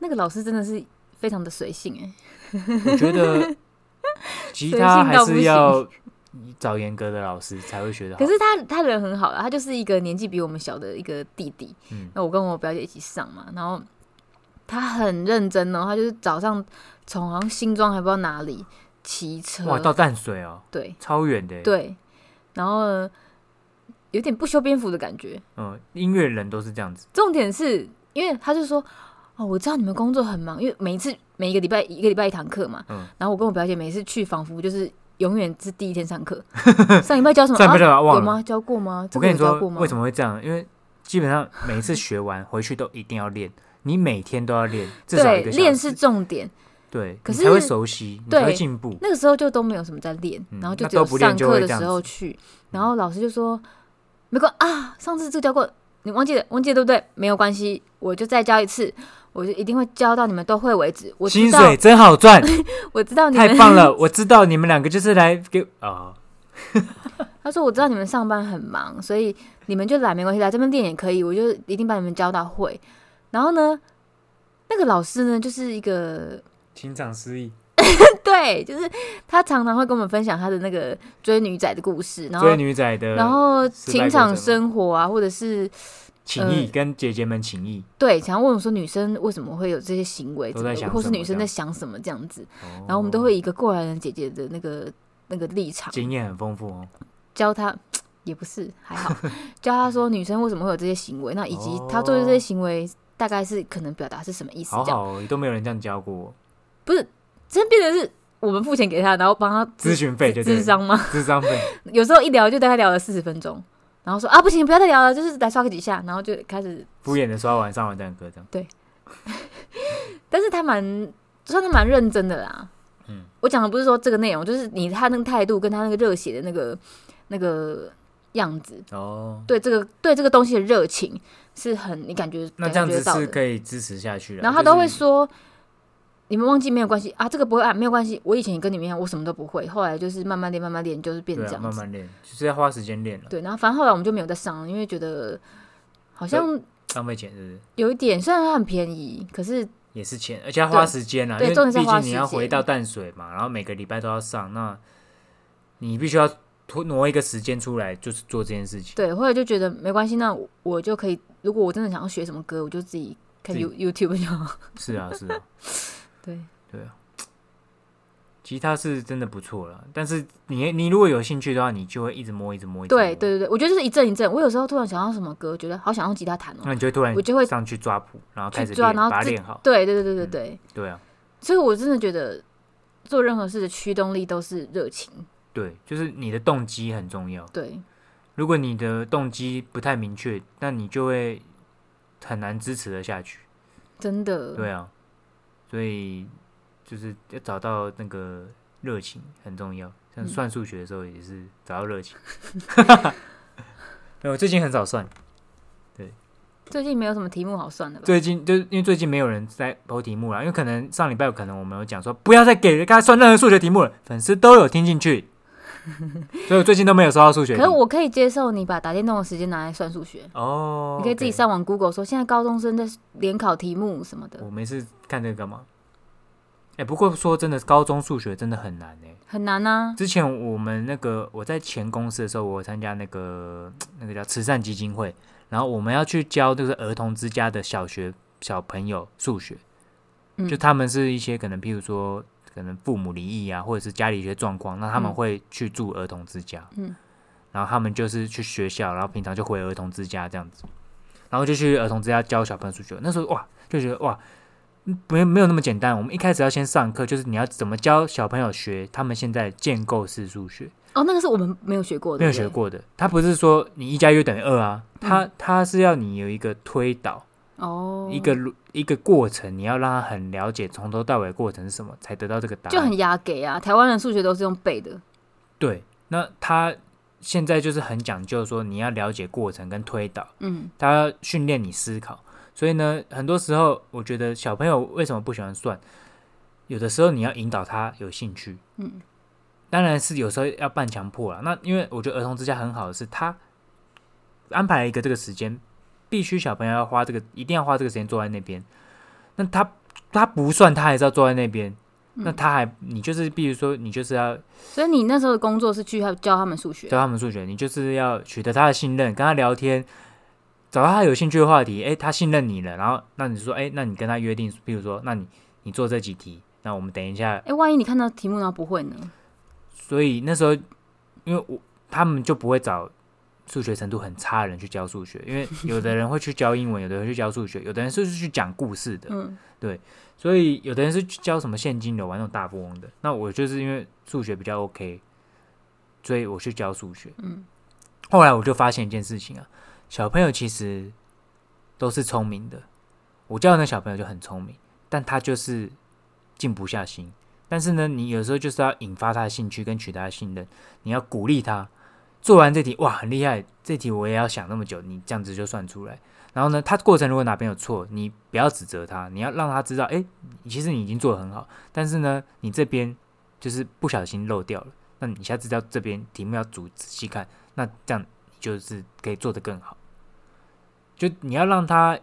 Speaker 2: 那个老师真的是非常的随性哎、
Speaker 1: 我觉得吉
Speaker 2: 随
Speaker 1: 他
Speaker 2: 性
Speaker 1: 还
Speaker 2: 到不
Speaker 1: 是
Speaker 2: 行
Speaker 1: 要找严格的老师才会学得好
Speaker 2: 可。是他他人很好啦，他就是一个年纪比我们小的一个弟弟。
Speaker 1: 嗯
Speaker 2: 那我跟我表姐一起上嘛，然后他很认真哦，他就是早上从好像新庄还不知道哪里骑车，
Speaker 1: 哇，到淡水哦，
Speaker 2: 对
Speaker 1: 超远的。，
Speaker 2: 对，然后呢有点不修边幅的感觉。
Speaker 1: 嗯，音乐人都是这样子。
Speaker 2: 重点是因为他就说。哦，我知道你们工作很忙，因为每一次每一个礼拜一个礼拜一堂课嘛，
Speaker 1: 嗯
Speaker 2: 然后我跟我表姐每次去，仿佛就是永远是第一天上 课。上礼拜教什么？
Speaker 1: 上一辈
Speaker 2: 啊
Speaker 1: 就忘
Speaker 2: 有
Speaker 1: 了。
Speaker 2: 吗？教过吗？这
Speaker 1: 我
Speaker 2: 个
Speaker 1: 跟你
Speaker 2: 有
Speaker 1: 说
Speaker 2: 教过，吗？
Speaker 1: 为什么会这样？因为基本上每一次学完回去都一定要练，你每天都要练，至少一
Speaker 2: 对，
Speaker 1: 个小
Speaker 2: 练
Speaker 1: 时
Speaker 2: 是重点。
Speaker 1: 对，
Speaker 2: 可
Speaker 1: 你
Speaker 2: 是
Speaker 1: 才会熟悉，你才会
Speaker 2: 对
Speaker 1: 进步。
Speaker 2: 那个时候就都没有什么在练，
Speaker 1: 嗯
Speaker 2: 然后
Speaker 1: 那
Speaker 2: 就只
Speaker 1: 都
Speaker 2: 有
Speaker 1: 不练
Speaker 2: 上
Speaker 1: 就会
Speaker 2: 课
Speaker 1: 这
Speaker 2: 的
Speaker 1: 样
Speaker 2: 时
Speaker 1: 子
Speaker 2: 候去，然后老师就说没关啊，上次这个教过，你忘记了，忘记了对不对？没有关系，我就再教一次，我就一定会教到你们都会为止。我知
Speaker 1: 薪
Speaker 2: 道
Speaker 1: 水，真好赚，
Speaker 2: 我知 道你
Speaker 1: 太
Speaker 2: 们，
Speaker 1: 棒了！我知道你们两个就是来给啊、
Speaker 2: 他说我知道你们上班很忙，所以你们就来没关系，来这边练也可以，我就一定把你们教到会。然后呢，那个老师呢，就是一个
Speaker 1: 情场失意，
Speaker 2: 对，就是他常常会跟我们分享他的那个追女仔的故事，然后
Speaker 1: 追女仔的，
Speaker 2: 然后
Speaker 1: 失败
Speaker 2: 情
Speaker 1: 过
Speaker 2: 场
Speaker 1: 程
Speaker 2: 生活啊，或者是
Speaker 1: 情谊、
Speaker 2: 呃
Speaker 1: 跟姐姐们情谊，
Speaker 2: 对，想要问我说女生为什么会有这些行为，
Speaker 1: 都在
Speaker 2: 怎
Speaker 1: 想
Speaker 2: 么或
Speaker 1: 什
Speaker 2: 是
Speaker 1: 么
Speaker 2: 女
Speaker 1: 这
Speaker 2: 生
Speaker 1: 样
Speaker 2: 在想什么这样子，
Speaker 1: 然
Speaker 2: 然后我们都会以一个过来人姐姐的那个那个立场
Speaker 1: 哦经验很丰富哦。
Speaker 2: 教她，也不是还好， 教她说女生为什么会有这些行为，那以及她做的这
Speaker 1: 哦
Speaker 2: 些行为大概是可能表达是什么意思
Speaker 1: 好
Speaker 2: 这样，
Speaker 1: 好哦，都没有人这样教过我，
Speaker 2: 不是真变成是我们付钱给她，然后帮她
Speaker 1: 咨
Speaker 2: 咨
Speaker 1: 询费就对
Speaker 2: 智
Speaker 1: 了，
Speaker 2: 商吗？
Speaker 1: 智商费，
Speaker 2: 有时候一聊就大概聊了四十分钟，然后说啊不行，不要再聊了，就是来刷个几下，然后就开始
Speaker 1: 敷衍的刷完上完蛋歌这样。
Speaker 2: 但是他蛮算他蛮认真的啦。
Speaker 1: 嗯
Speaker 2: 嗯，我讲的不是说这个内容，就是你他那个态度跟他那个热血的那个那个样子，
Speaker 1: 哦，
Speaker 2: 对这个对这个东西的热情是很你感觉
Speaker 1: 那这样
Speaker 2: 感觉
Speaker 1: 子
Speaker 2: 得到
Speaker 1: 是
Speaker 2: 的。
Speaker 1: 可以支持下去的。
Speaker 2: 然后他都
Speaker 1: 就
Speaker 2: 会
Speaker 1: 是
Speaker 2: 说。你们忘记没有关系啊，这个不会啊，没有关系。我以前也跟你们一样，我什么都不会，后来就是慢慢练，慢慢练，就是变这
Speaker 1: 对、
Speaker 2: 样
Speaker 1: 啊，
Speaker 2: 子。
Speaker 1: 慢慢练，就是要花时间练了，
Speaker 2: 对，然后反正后来我们就没有再上了，因为觉得好像
Speaker 1: 浪费钱是不是？
Speaker 2: 有一点，虽然它很便宜，可是
Speaker 1: 也是钱，而且要花
Speaker 2: 对啊
Speaker 1: 时间啦，
Speaker 2: 对
Speaker 1: 因
Speaker 2: 重
Speaker 1: 为
Speaker 2: 点
Speaker 1: 毕
Speaker 2: 是要花
Speaker 1: 竟你要
Speaker 2: 时间
Speaker 1: 回到淡水嘛，然后每个礼拜都要上，那你必须要拖挪一个时间出来，就是做这件事情。
Speaker 2: 对，后来就觉得没关系，那我我就可以，如果我真的想要学什么歌，我就自己看
Speaker 1: 自己
Speaker 2: You YouTube 就好。
Speaker 1: 是啊，是啊，
Speaker 2: 对，
Speaker 1: 吉他是真的不错了，但是你你如果有兴趣的话，你就会一直摸，一直摸，一直摸
Speaker 2: 对，对，对对，我觉得就是一阵一阵。我有时候突然想到什么歌，觉得好想用吉他弹哦。
Speaker 1: 那你就会突然
Speaker 2: 我就会
Speaker 1: 上去抓谱，然后
Speaker 2: 去
Speaker 1: 开始
Speaker 2: 抓
Speaker 1: 练，
Speaker 2: 然后
Speaker 1: 把它
Speaker 2: 自
Speaker 1: 练好。
Speaker 2: 对对对对对
Speaker 1: 嗯
Speaker 2: 对，
Speaker 1: 对啊，
Speaker 2: 所以我真的觉得做任何事的驱动力都是热情。
Speaker 1: 对，就是你的动机很重要。
Speaker 2: 对
Speaker 1: 如果你的动机不太明确，那你就会很难支持的下去。
Speaker 2: 真的，
Speaker 1: 对啊，所以就是要找到那个热情很重要。像
Speaker 2: 嗯
Speaker 1: 算数学的时候也是找到热 情。没有，我最近很少算，
Speaker 2: 最近没有什么题目好算的吧？
Speaker 1: 最近就是因为最近没有人在抛题目了，因为可能上礼拜有可能我们有讲说不要再给大家算任何数学题目了，粉丝都有听进 去，所以我最近都没有收到数学
Speaker 2: 可
Speaker 1: 题。
Speaker 2: 是我可以接受你把打电动的时间拿来算数学，
Speaker 1: 哦，
Speaker 2: 你可以自己
Speaker 1: OK。
Speaker 2: 上网 Google 说现在高中生在联考题目什么的
Speaker 1: 我没事看这个干嘛？哎、不过说真的，高中数学真的很难哎、
Speaker 2: 很难啊。
Speaker 1: 之前我们那个我在前公司的时候，我有参加那个那个叫慈善基金会，然后我们要去教就是儿童之家的小学小朋友数学，
Speaker 2: 嗯
Speaker 1: 就他们是一些可能譬如说可能父母离异啊，或者是家里一些状况，那他们
Speaker 2: 嗯
Speaker 1: 会去住儿童之家，
Speaker 2: 嗯，
Speaker 1: 然后他们就是去学校，然后平常就回儿童之家这样子，然后就去儿童之家教小朋友数学。那时候哇，就觉得哇，嗯没没有那么简单。我们一开始要先上课，就是你要怎么教小朋友学他们现在建构式数学，
Speaker 2: 哦，那个是我们没有学过的，
Speaker 1: 没有
Speaker 2: 对
Speaker 1: 学过的。他不是说你一加一就等于二啊，
Speaker 2: 嗯
Speaker 1: 他他是要你有一个推导，
Speaker 2: 哦，
Speaker 1: 一个路一个过程，你要让他很了解从头到尾的过程是什么，才得到这个答案。
Speaker 2: 就很压给啊。台湾人数学都是用背的，
Speaker 1: 对，那他现在就是很讲究说你要了解过程跟推导，
Speaker 2: 嗯
Speaker 1: 他要训练你思考。所以呢，很多时候我觉得小朋友为什么不喜欢算，有的时候你要引导他有兴趣，
Speaker 2: 嗯，
Speaker 1: 当然是有时候要半强迫啦。那因为我觉得儿童之家很好的是，他安排了一个这个时间，必须小朋友要花这个，一定要花这个时间坐在那边。那他他不算，他还是要坐在那边。那他还你就是，比如说你就是要
Speaker 2: 所以你那时候的工作是去他教他们数学，
Speaker 1: 教他们数学，你就是要取得他的信任，跟他聊天，找到他有兴趣的话题。诶，他信任你了，然后那你说，诶，那你跟他约定，比如说，那你你做这几题，那我们等一下。
Speaker 2: 哎、万一你看到题目然后不会呢？
Speaker 1: 所以那时候，因为我他们就不会找数学程度很差的人去教数学，因为有的人会去教英文，有的人去教数学，有的人是去讲故事的，
Speaker 2: 嗯，
Speaker 1: 所以有的人是去教什么现金流啊那种大富翁的。那我就是因为数学比较 OK，所以我去教数学。
Speaker 2: 嗯，
Speaker 1: 后来我就发现一件事情啊，小朋友其实都是聪明的。我教的那小朋友就很聪明，但他就是静不下心。但是呢，你有时候就是要引发他的兴趣跟取得他的信任，你要鼓励他。做完这题，哇，很厉害！这题我也要想那么久，你这样子就算出来。然后呢，他过程如果哪边有错，你不要指责他，你要让他知道，哎，其实你已经做得很好，但是呢，你这边就是不小心漏掉了。那你下次到这边题目要仔仔细看，那这样你就是可以做得更好。就你要让他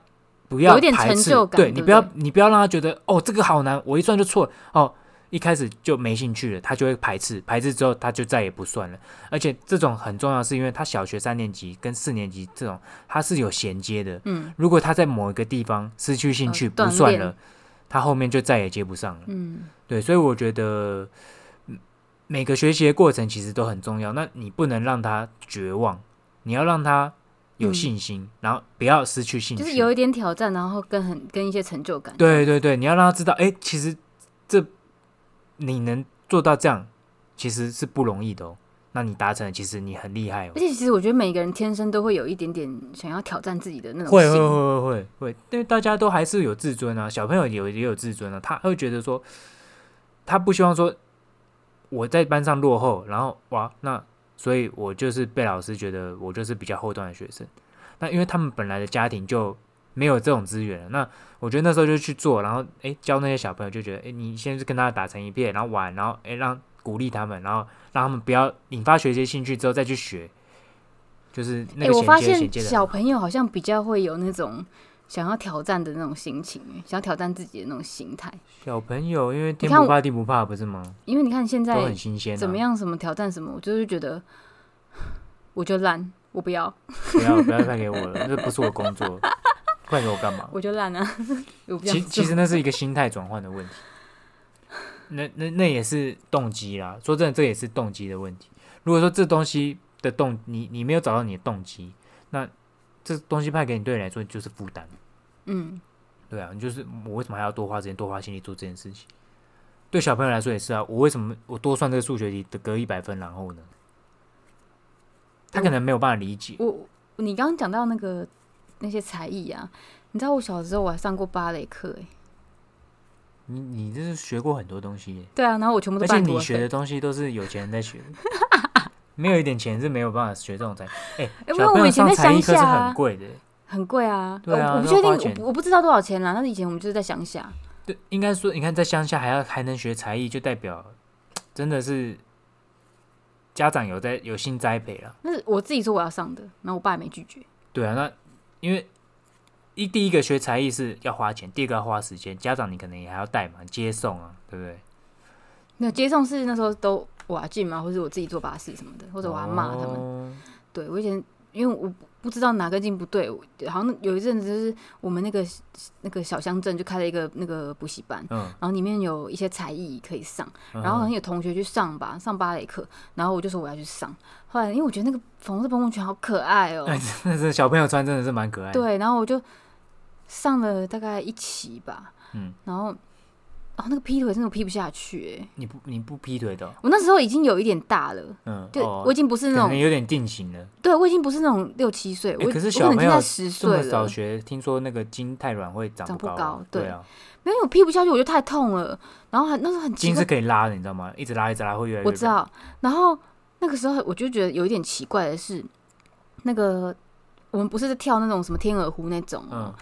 Speaker 1: 不要
Speaker 2: 有一点
Speaker 1: 排斥
Speaker 2: 成就感
Speaker 1: 对
Speaker 2: 对
Speaker 1: 你
Speaker 2: 不
Speaker 1: 不要
Speaker 2: 对
Speaker 1: 你不要让他觉得哦这个好难，我一算就错了哦，一开始就没兴趣了，他就会排斥，排斥之后他就再也不算了。而且这种很重要，是因为他小学三年级跟四年级这种他是有衔接的，
Speaker 2: 嗯
Speaker 1: 如果他在某一个地方失去兴趣
Speaker 2: 呃
Speaker 1: 不
Speaker 2: 断
Speaker 1: 算
Speaker 2: 裂
Speaker 1: 了，他后面就再也接不上了。
Speaker 2: 嗯，
Speaker 1: 对，所以我觉得嗯每个学习的过程其实都很重要。那你不能让他绝望，你要让他有
Speaker 2: 嗯
Speaker 1: 信心，然后不要失去兴趣。
Speaker 2: 就是有一点挑战，然后跟很跟一些成就感。
Speaker 1: 对对对，你要让他知道，哎、其实这你能做到这样，其实是不容易的哦。那你达成了，其实你很厉害哦
Speaker 2: 而。且其实我觉得每个人天生都会有一点点想要挑战自己的那种
Speaker 1: 会会
Speaker 2: 心
Speaker 1: 会会会会，因为大家都还是有自尊啊，小朋友也有也有自尊啊，他会觉得说，他不希望说我在班上落后，然后哇，那所以我就是被老师觉得我就是比较后段的学生。那因为他们本来的家庭就没有这种资源了，那我觉得那时候就去做，然后诶教那些小朋友就觉得诶你先是跟他打成一片，然后玩，然后诶让鼓励他们，然后让他们不要引发学习兴趣之后再去学，就是那
Speaker 2: 哎、
Speaker 1: 个衔接、
Speaker 2: 我发
Speaker 1: 衔
Speaker 2: 现
Speaker 1: 接的
Speaker 2: 小朋友好像比较会有那种想要挑战的那种心情，哎想要挑战自己的那种心态。
Speaker 1: 小朋友，因为天
Speaker 2: 看
Speaker 1: 不
Speaker 2: 我
Speaker 1: 怕地不怕，不是吗？
Speaker 2: 因为你看现
Speaker 1: 都
Speaker 2: 在
Speaker 1: 很新鲜、啊。
Speaker 2: 怎么？样，什么挑战什么，我就是觉得 我就烂，我不要，
Speaker 1: 不要不要再给我了， 这不是我工作，快给我干嘛？
Speaker 2: 我就烂啊， 我不要
Speaker 1: 其
Speaker 2: 做。
Speaker 1: 其实那是一个心态转换的问题，那那那也是动机啦。说真的，这也是动机的问题。如果说这东西的动，你你没有找到你的动机，那这东西派给你对你来说就是负担。
Speaker 2: 嗯，
Speaker 1: 对啊，你就是我为什么还要多花时间、多花心力做这件事情？对小朋友来说也是啊，我为什么我多算这个数学题得得一百分，然后呢？他可能没有办法理解，
Speaker 2: 我你刚刚讲到那个那些才艺啊，你知道我小时候我还上过芭蕾课，哎，
Speaker 1: 你你这是学过很多东西耶，
Speaker 2: 对啊，然后我全部都
Speaker 1: 而且
Speaker 2: 半途
Speaker 1: 你
Speaker 2: 而
Speaker 1: 学的
Speaker 2: 废。
Speaker 1: 东西都是有钱人在学的， 没有一点钱是没有办法学这种才艺。哎、
Speaker 2: 因为
Speaker 1: 小
Speaker 2: 我
Speaker 1: 朋
Speaker 2: 们
Speaker 1: 友
Speaker 2: 以
Speaker 1: 上
Speaker 2: 前在
Speaker 1: 才
Speaker 2: 乡
Speaker 1: 艺课是
Speaker 2: 下
Speaker 1: 很
Speaker 2: 啊，
Speaker 1: 贵的耶，
Speaker 2: 很贵啊，
Speaker 1: 对啊
Speaker 2: 我我不
Speaker 1: 要
Speaker 2: 确定，
Speaker 1: 花钱
Speaker 2: 我不我不知道多少钱啦、但是以前我们就是在乡下，
Speaker 1: 对，应该说你看在乡下还要还能学才艺，就代表真的是家长有在有心栽培了。
Speaker 2: 那是我自己说我要上的，然后我爸也没拒绝。
Speaker 1: 对啊，那因为一第一个学才艺是要花钱，第二个要花时间，家长你可能也还要带嘛，接送啊，对不对？
Speaker 2: 那接送是那时候都我阿进嘛，或者我自己坐巴士什么的，或
Speaker 1: 或
Speaker 2: 者我阿骂他们。
Speaker 1: 们，
Speaker 2: 对我以前因为我不知道哪个劲不对，我好像有一阵子就是我们那个那个小乡镇就开了一个那个补习班，
Speaker 1: 嗯，
Speaker 2: 然后里面有一些才艺可以上，
Speaker 1: 嗯
Speaker 2: 然后好像有同学去上吧，上芭蕾课，然后我就说我要去上，后来因为我觉得那个粉红色蹦蹦裙好可爱哦、
Speaker 1: 但是小朋友穿真的是蛮可爱的，
Speaker 2: 对，然后我就上了大概一期吧，
Speaker 1: 嗯，
Speaker 2: 然后哦那个劈腿真的劈不下去、欸，
Speaker 1: 你不你不劈腿的哦、
Speaker 2: 我那时候已经有一点大了。
Speaker 1: 嗯，
Speaker 2: 就
Speaker 1: 哦
Speaker 2: 我已经不是那
Speaker 1: 可能
Speaker 2: 种，
Speaker 1: 有点定型了。
Speaker 2: 对我已经不是那种六七岁，我
Speaker 1: 可是
Speaker 2: 我
Speaker 1: 小
Speaker 2: 可能已
Speaker 1: 朋
Speaker 2: 经
Speaker 1: 友
Speaker 2: 在十
Speaker 1: 这
Speaker 2: 岁
Speaker 1: 么早
Speaker 2: 了，
Speaker 1: 学，听说那个筋太软会长
Speaker 2: 长
Speaker 1: 不
Speaker 2: 不
Speaker 1: 高啊，
Speaker 2: 高
Speaker 1: 对
Speaker 2: 对
Speaker 1: 啊，
Speaker 2: 没有我劈不下去，我就太痛了。然后还那时候很奇
Speaker 1: 筋
Speaker 2: 怪
Speaker 1: 是，可以拉的，你知道吗？一直拉一直拉会越来越
Speaker 2: 我知
Speaker 1: 软，
Speaker 2: 道。然后那个时候我就觉得有一点奇怪的是，那个我们不是在跳那种什么天鹅湖那种，
Speaker 1: 嗯，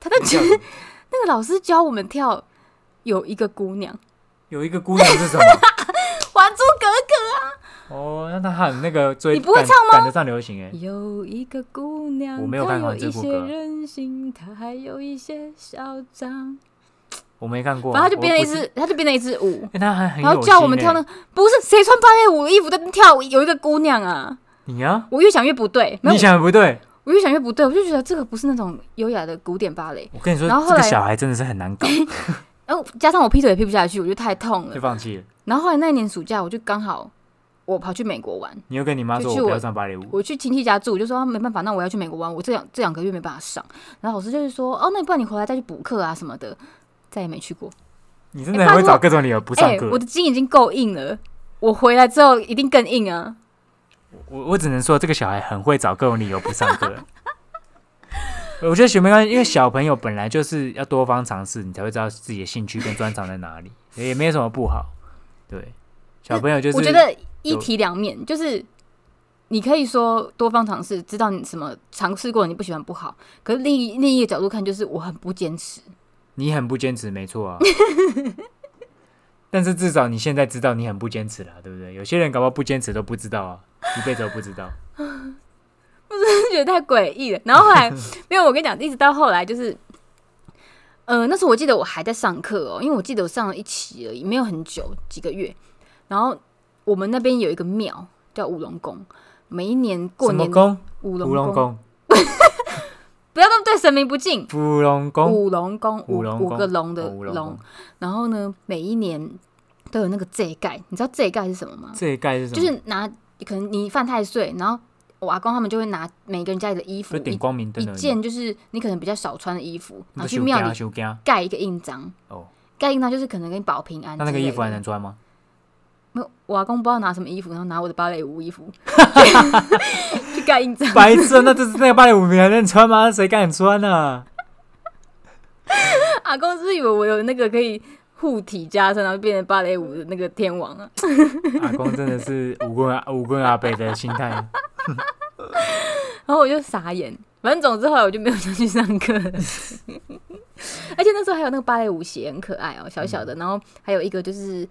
Speaker 2: 他在
Speaker 1: 这样子
Speaker 2: 那个老师教我们跳有一个姑娘
Speaker 1: 有一个姑娘是什么？
Speaker 2: 《还珠格
Speaker 1: 哦，那他很那个追，
Speaker 2: 你不会
Speaker 1: 赶
Speaker 2: 唱
Speaker 1: 赶得上流行哎
Speaker 2: 格》，有一个姑娘，
Speaker 1: 我没有
Speaker 2: 她
Speaker 1: 看过
Speaker 2: 有
Speaker 1: 这
Speaker 2: 一
Speaker 1: 部
Speaker 2: 些
Speaker 1: 歌
Speaker 2: 任性，她还有一些嚣张，
Speaker 1: 我没看过，啊
Speaker 2: 反正她就
Speaker 1: 我
Speaker 2: 变了一
Speaker 1: 不是，
Speaker 2: 支，她就变了一支舞。
Speaker 1: 哎，他还很
Speaker 2: 然后
Speaker 1: 有
Speaker 2: 叫我
Speaker 1: 心
Speaker 2: 们
Speaker 1: 欸
Speaker 2: 跳那个，不是谁穿芭蕾舞的衣服在那边跳舞？有一个姑娘啊，
Speaker 1: 你啊，
Speaker 2: 我越想越不对，没
Speaker 1: 你
Speaker 2: 有，
Speaker 1: 想的不对，
Speaker 2: 我越想越不对，我就觉得这个不是那种优雅的古典芭蕾。
Speaker 1: 我跟你说，
Speaker 2: 然后后
Speaker 1: 这个
Speaker 2: 来
Speaker 1: 小孩真的是很难 搞，
Speaker 2: 然后加上我劈腿也劈不下去，我就太痛了
Speaker 1: 就。放弃了。
Speaker 2: 然后后来那一年暑假，我就刚好我跑去美国玩，
Speaker 1: 你又跟你妈说，
Speaker 2: 就
Speaker 1: 我
Speaker 2: 去
Speaker 1: 不
Speaker 2: 我哎
Speaker 1: 要上芭蕾舞，
Speaker 2: 我去亲戚家住，我就说、啊没办法，那我要去美国玩，我这两这两个月没办法上。然后老师就是说，哦，那不然你回来再去补课啊什么的，再也没去过。
Speaker 1: 你真
Speaker 2: 哎
Speaker 1: 的
Speaker 2: 拜
Speaker 1: 很会
Speaker 2: 托
Speaker 1: 找各种理由不上
Speaker 2: 哎、
Speaker 1: 课
Speaker 2: 我。的筋已经够硬了，我回来之后一定更硬啊。
Speaker 1: 我我只能说，这个小孩很会找各种理由不上课。 我觉得学没关系，因为小朋友本来就是要多方尝试，你才会知道自己的兴趣跟专长在 哪里，也没什么不好。对，小朋友就是
Speaker 2: 我觉得一
Speaker 1: 有
Speaker 2: 体两面，就是你可以说多方尝试，知道你什么尝试过你不喜欢不好，可是另一另一个角度看，就是我很不坚持。
Speaker 1: 你很不坚持，没错啊。 但是至少你现在知道你很不坚持了，对不对？有些人搞不好不坚持都不知道啊，一辈子都不知道。
Speaker 2: 就觉得太诡异了。然后后来没有，我跟你讲，一直到后来就是，呃，那时候我记得我还在上课哦，因为我记得我上了一期而已，没有很久，几个月。然后我们那边有一个庙叫五龙宫，每一年过
Speaker 1: 什么
Speaker 2: 年
Speaker 1: 宫？
Speaker 2: 五龙
Speaker 1: 乌龙宫，
Speaker 2: 不要那么对神明不敬。
Speaker 1: 乌龙宫，
Speaker 2: 五龙宫，五
Speaker 1: 五龙
Speaker 2: 五个
Speaker 1: 宫
Speaker 2: 龙的
Speaker 1: 哦乌龙宫
Speaker 2: 龙，然后呢，每一年都有那个这盖，你知道这盖是什么吗？
Speaker 1: 这一盖是什么？
Speaker 2: 就是拿可能你犯太岁，然后我阿公他们就会拿每个人家里的衣服
Speaker 1: 就点
Speaker 2: 一
Speaker 1: 光明灯
Speaker 2: 一
Speaker 1: 而已
Speaker 2: 件，就是你可能比较少穿的衣服，
Speaker 1: 那
Speaker 2: 拿
Speaker 1: 不
Speaker 2: 去
Speaker 1: 修
Speaker 2: 庙
Speaker 1: 家
Speaker 2: 里
Speaker 1: 修家
Speaker 2: 盖一个印章。
Speaker 1: 啊哦。
Speaker 2: 盖印章就是可能给你保平安之
Speaker 1: 那那
Speaker 2: 类的。
Speaker 1: 个衣服还能穿吗？
Speaker 2: 没有？我阿公不知道拿什么衣服，然后拿我的芭蕾舞 衣服 去盖印章。
Speaker 1: 白痴，那这是那个芭蕾舞你还能穿吗？谁敢穿啊？
Speaker 2: 阿公是不是以为我有那个可以护体加身，然后变成芭蕾舞的那个天王啊？
Speaker 1: 阿公真的是武棍阿武棍阿北的心态，
Speaker 2: 然后我就傻眼。反正总之后来我就没有再去上课了， 而且那时候还有那个芭蕾舞鞋很可爱哦、小小的，然后还有一个就是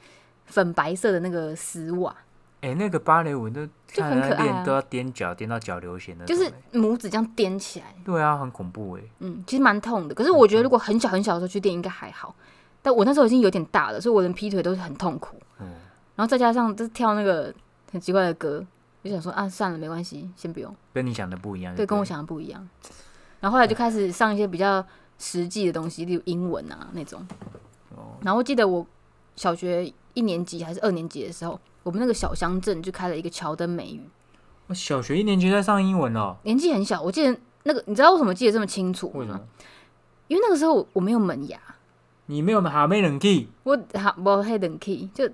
Speaker 2: 粉白色的那个丝袜，
Speaker 1: 哎、那个芭蕾舞都
Speaker 2: 就
Speaker 1: 看
Speaker 2: 很
Speaker 1: 人
Speaker 2: 可
Speaker 1: 家
Speaker 2: 爱
Speaker 1: 练
Speaker 2: 啊
Speaker 1: 都要踮脚踮到脚流血那种、
Speaker 2: 就是
Speaker 1: 欸
Speaker 2: 拇指这样踮起来，
Speaker 1: 对啊，很恐怖哎、
Speaker 2: 嗯，其实蛮痛的。可是我觉得如果很小很小的时候去练应该还好，但我那时候已经有点大了，所以我连劈腿都是很痛苦。
Speaker 1: 嗯
Speaker 2: 然后再加上就是跳那个很奇怪的歌，就想说啊，算了，没关系，先不用。
Speaker 1: 跟你想的不一样就
Speaker 2: 对，
Speaker 1: 嗯对，
Speaker 2: 跟我。想的不一样。然后后来就开始上一些比较实际的东西，例如英文啊那种。
Speaker 1: 哦
Speaker 2: 然后我记得我小学一年级还是二年级的时候，我们那个小乡镇就开了一个乔登美语，
Speaker 1: 我小学一年级在上英文哦，
Speaker 2: 年纪很小，我记得那个，你知道为什么记得这么清楚
Speaker 1: 为什
Speaker 2: 吗
Speaker 1: 么？？
Speaker 2: 因为那个时候我我没有门牙，
Speaker 1: 你没有哈妹冷气，
Speaker 2: 我哈无黑冷气，就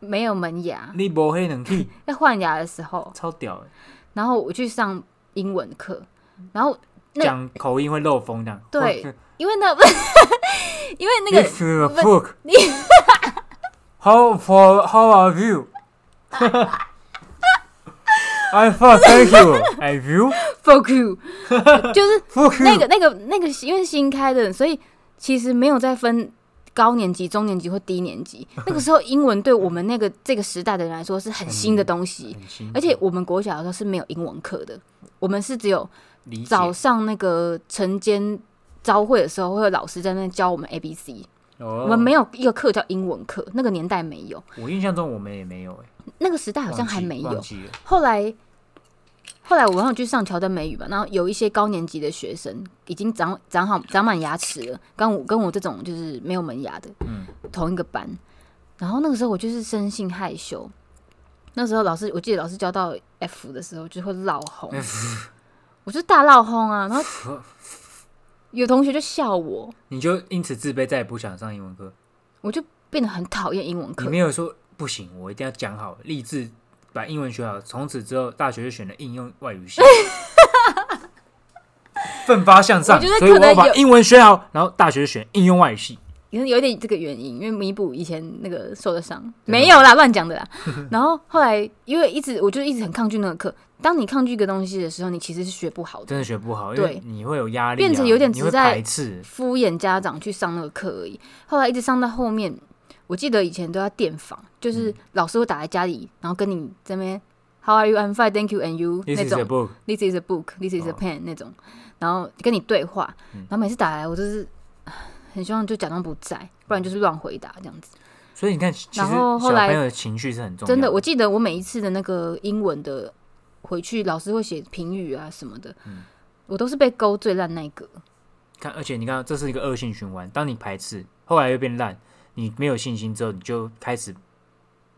Speaker 2: 没有门牙，
Speaker 1: 你无黑冷气，
Speaker 2: 在换牙的时候，
Speaker 1: 超屌欸
Speaker 2: 然后我去上英文课，然后那
Speaker 1: 讲口音会漏风这样。
Speaker 2: 对因为那 因为那个
Speaker 1: If you fuck, how for how are you? I fuck, thank you. And you
Speaker 2: fuck you，就是
Speaker 1: fuck you.
Speaker 2: 那个那个那个，因为新开的，所以其实没有再分高年级、中年级或低年级。那个时候英文对我们那个这个时代的人来说是很新的东西，
Speaker 1: 很新
Speaker 2: 而且我们国小的时候是没有英文课的，我们是只有
Speaker 1: 理解
Speaker 2: 早上那个晨间朝会的时候，会有老师在那边教我们 A B C，、我
Speaker 1: 我
Speaker 2: 们没有一个课叫英文课，那个年代没有，
Speaker 1: 我印象中我们也没有哎，
Speaker 2: 那个时代好像
Speaker 1: 忘记
Speaker 2: 还没
Speaker 1: 忘
Speaker 2: 有。
Speaker 1: 记了
Speaker 2: 后来后来我好像去上乔丹美语吧，然后有一些高年级的学生已经长长好长满牙齿了，跟我跟我这种就是没有门牙的，
Speaker 1: 嗯
Speaker 2: 同一个班。然后那个时候我就是生性害羞，那时候老师我记得老师教到 F 的时候就会闹红，我就大闹红啊，然后有同学就笑我，
Speaker 1: 你就因此自卑，再也不想上英文课。
Speaker 2: 我就变得很讨厌英文
Speaker 1: 你
Speaker 2: 课
Speaker 1: 没。有说不行，我一定要讲好，立志把英文学好。从此之后，大学就选了应用外语 系，奋发向上。
Speaker 2: 我觉得
Speaker 1: 所以
Speaker 2: 可
Speaker 1: 我
Speaker 2: 能
Speaker 1: 要把
Speaker 2: 有
Speaker 1: 英文学好，然后大学选应用外语系。
Speaker 2: 可能有一点这个原因，因为弥补以前那个受的伤，
Speaker 1: 啊
Speaker 2: 没有啦，乱 讲的啦。然后后来因为一直我就一直很抗拒那个课，当你抗拒一个东西的时候，你其实是学不好的，
Speaker 1: 真的学不好，因为
Speaker 2: 对
Speaker 1: 你会有压力、啊，
Speaker 2: 变成有点
Speaker 1: 你会
Speaker 2: 只在
Speaker 1: 排斥。
Speaker 2: 敷衍家长去上那个课而已。后来一直上到后面，我记得以前都要电访，
Speaker 1: 嗯
Speaker 2: 就是老师会打来家里，然后跟你这边 How are you? I'm fine, thank you, and you 那
Speaker 1: This is
Speaker 2: 种
Speaker 1: a。book，
Speaker 2: This is a book, this is a
Speaker 1: 哦
Speaker 2: pen、那种，然后跟你对话，
Speaker 1: 嗯
Speaker 2: 然后每次打来我就是唉很希望就假装不在，不然就是乱回答这样子。
Speaker 1: 所以你看，其实
Speaker 2: 然
Speaker 1: 小
Speaker 2: 后后来
Speaker 1: 朋友的情绪是很重要
Speaker 2: 真的，我记得我每一次的那个英文的回去，老师会写评语啊什么的，
Speaker 1: 嗯
Speaker 2: 我都是被勾最烂那一个。
Speaker 1: 看，而且你看，这是一个恶性循环。当你排斥，后来又变烂，你没有信心之后，你就开始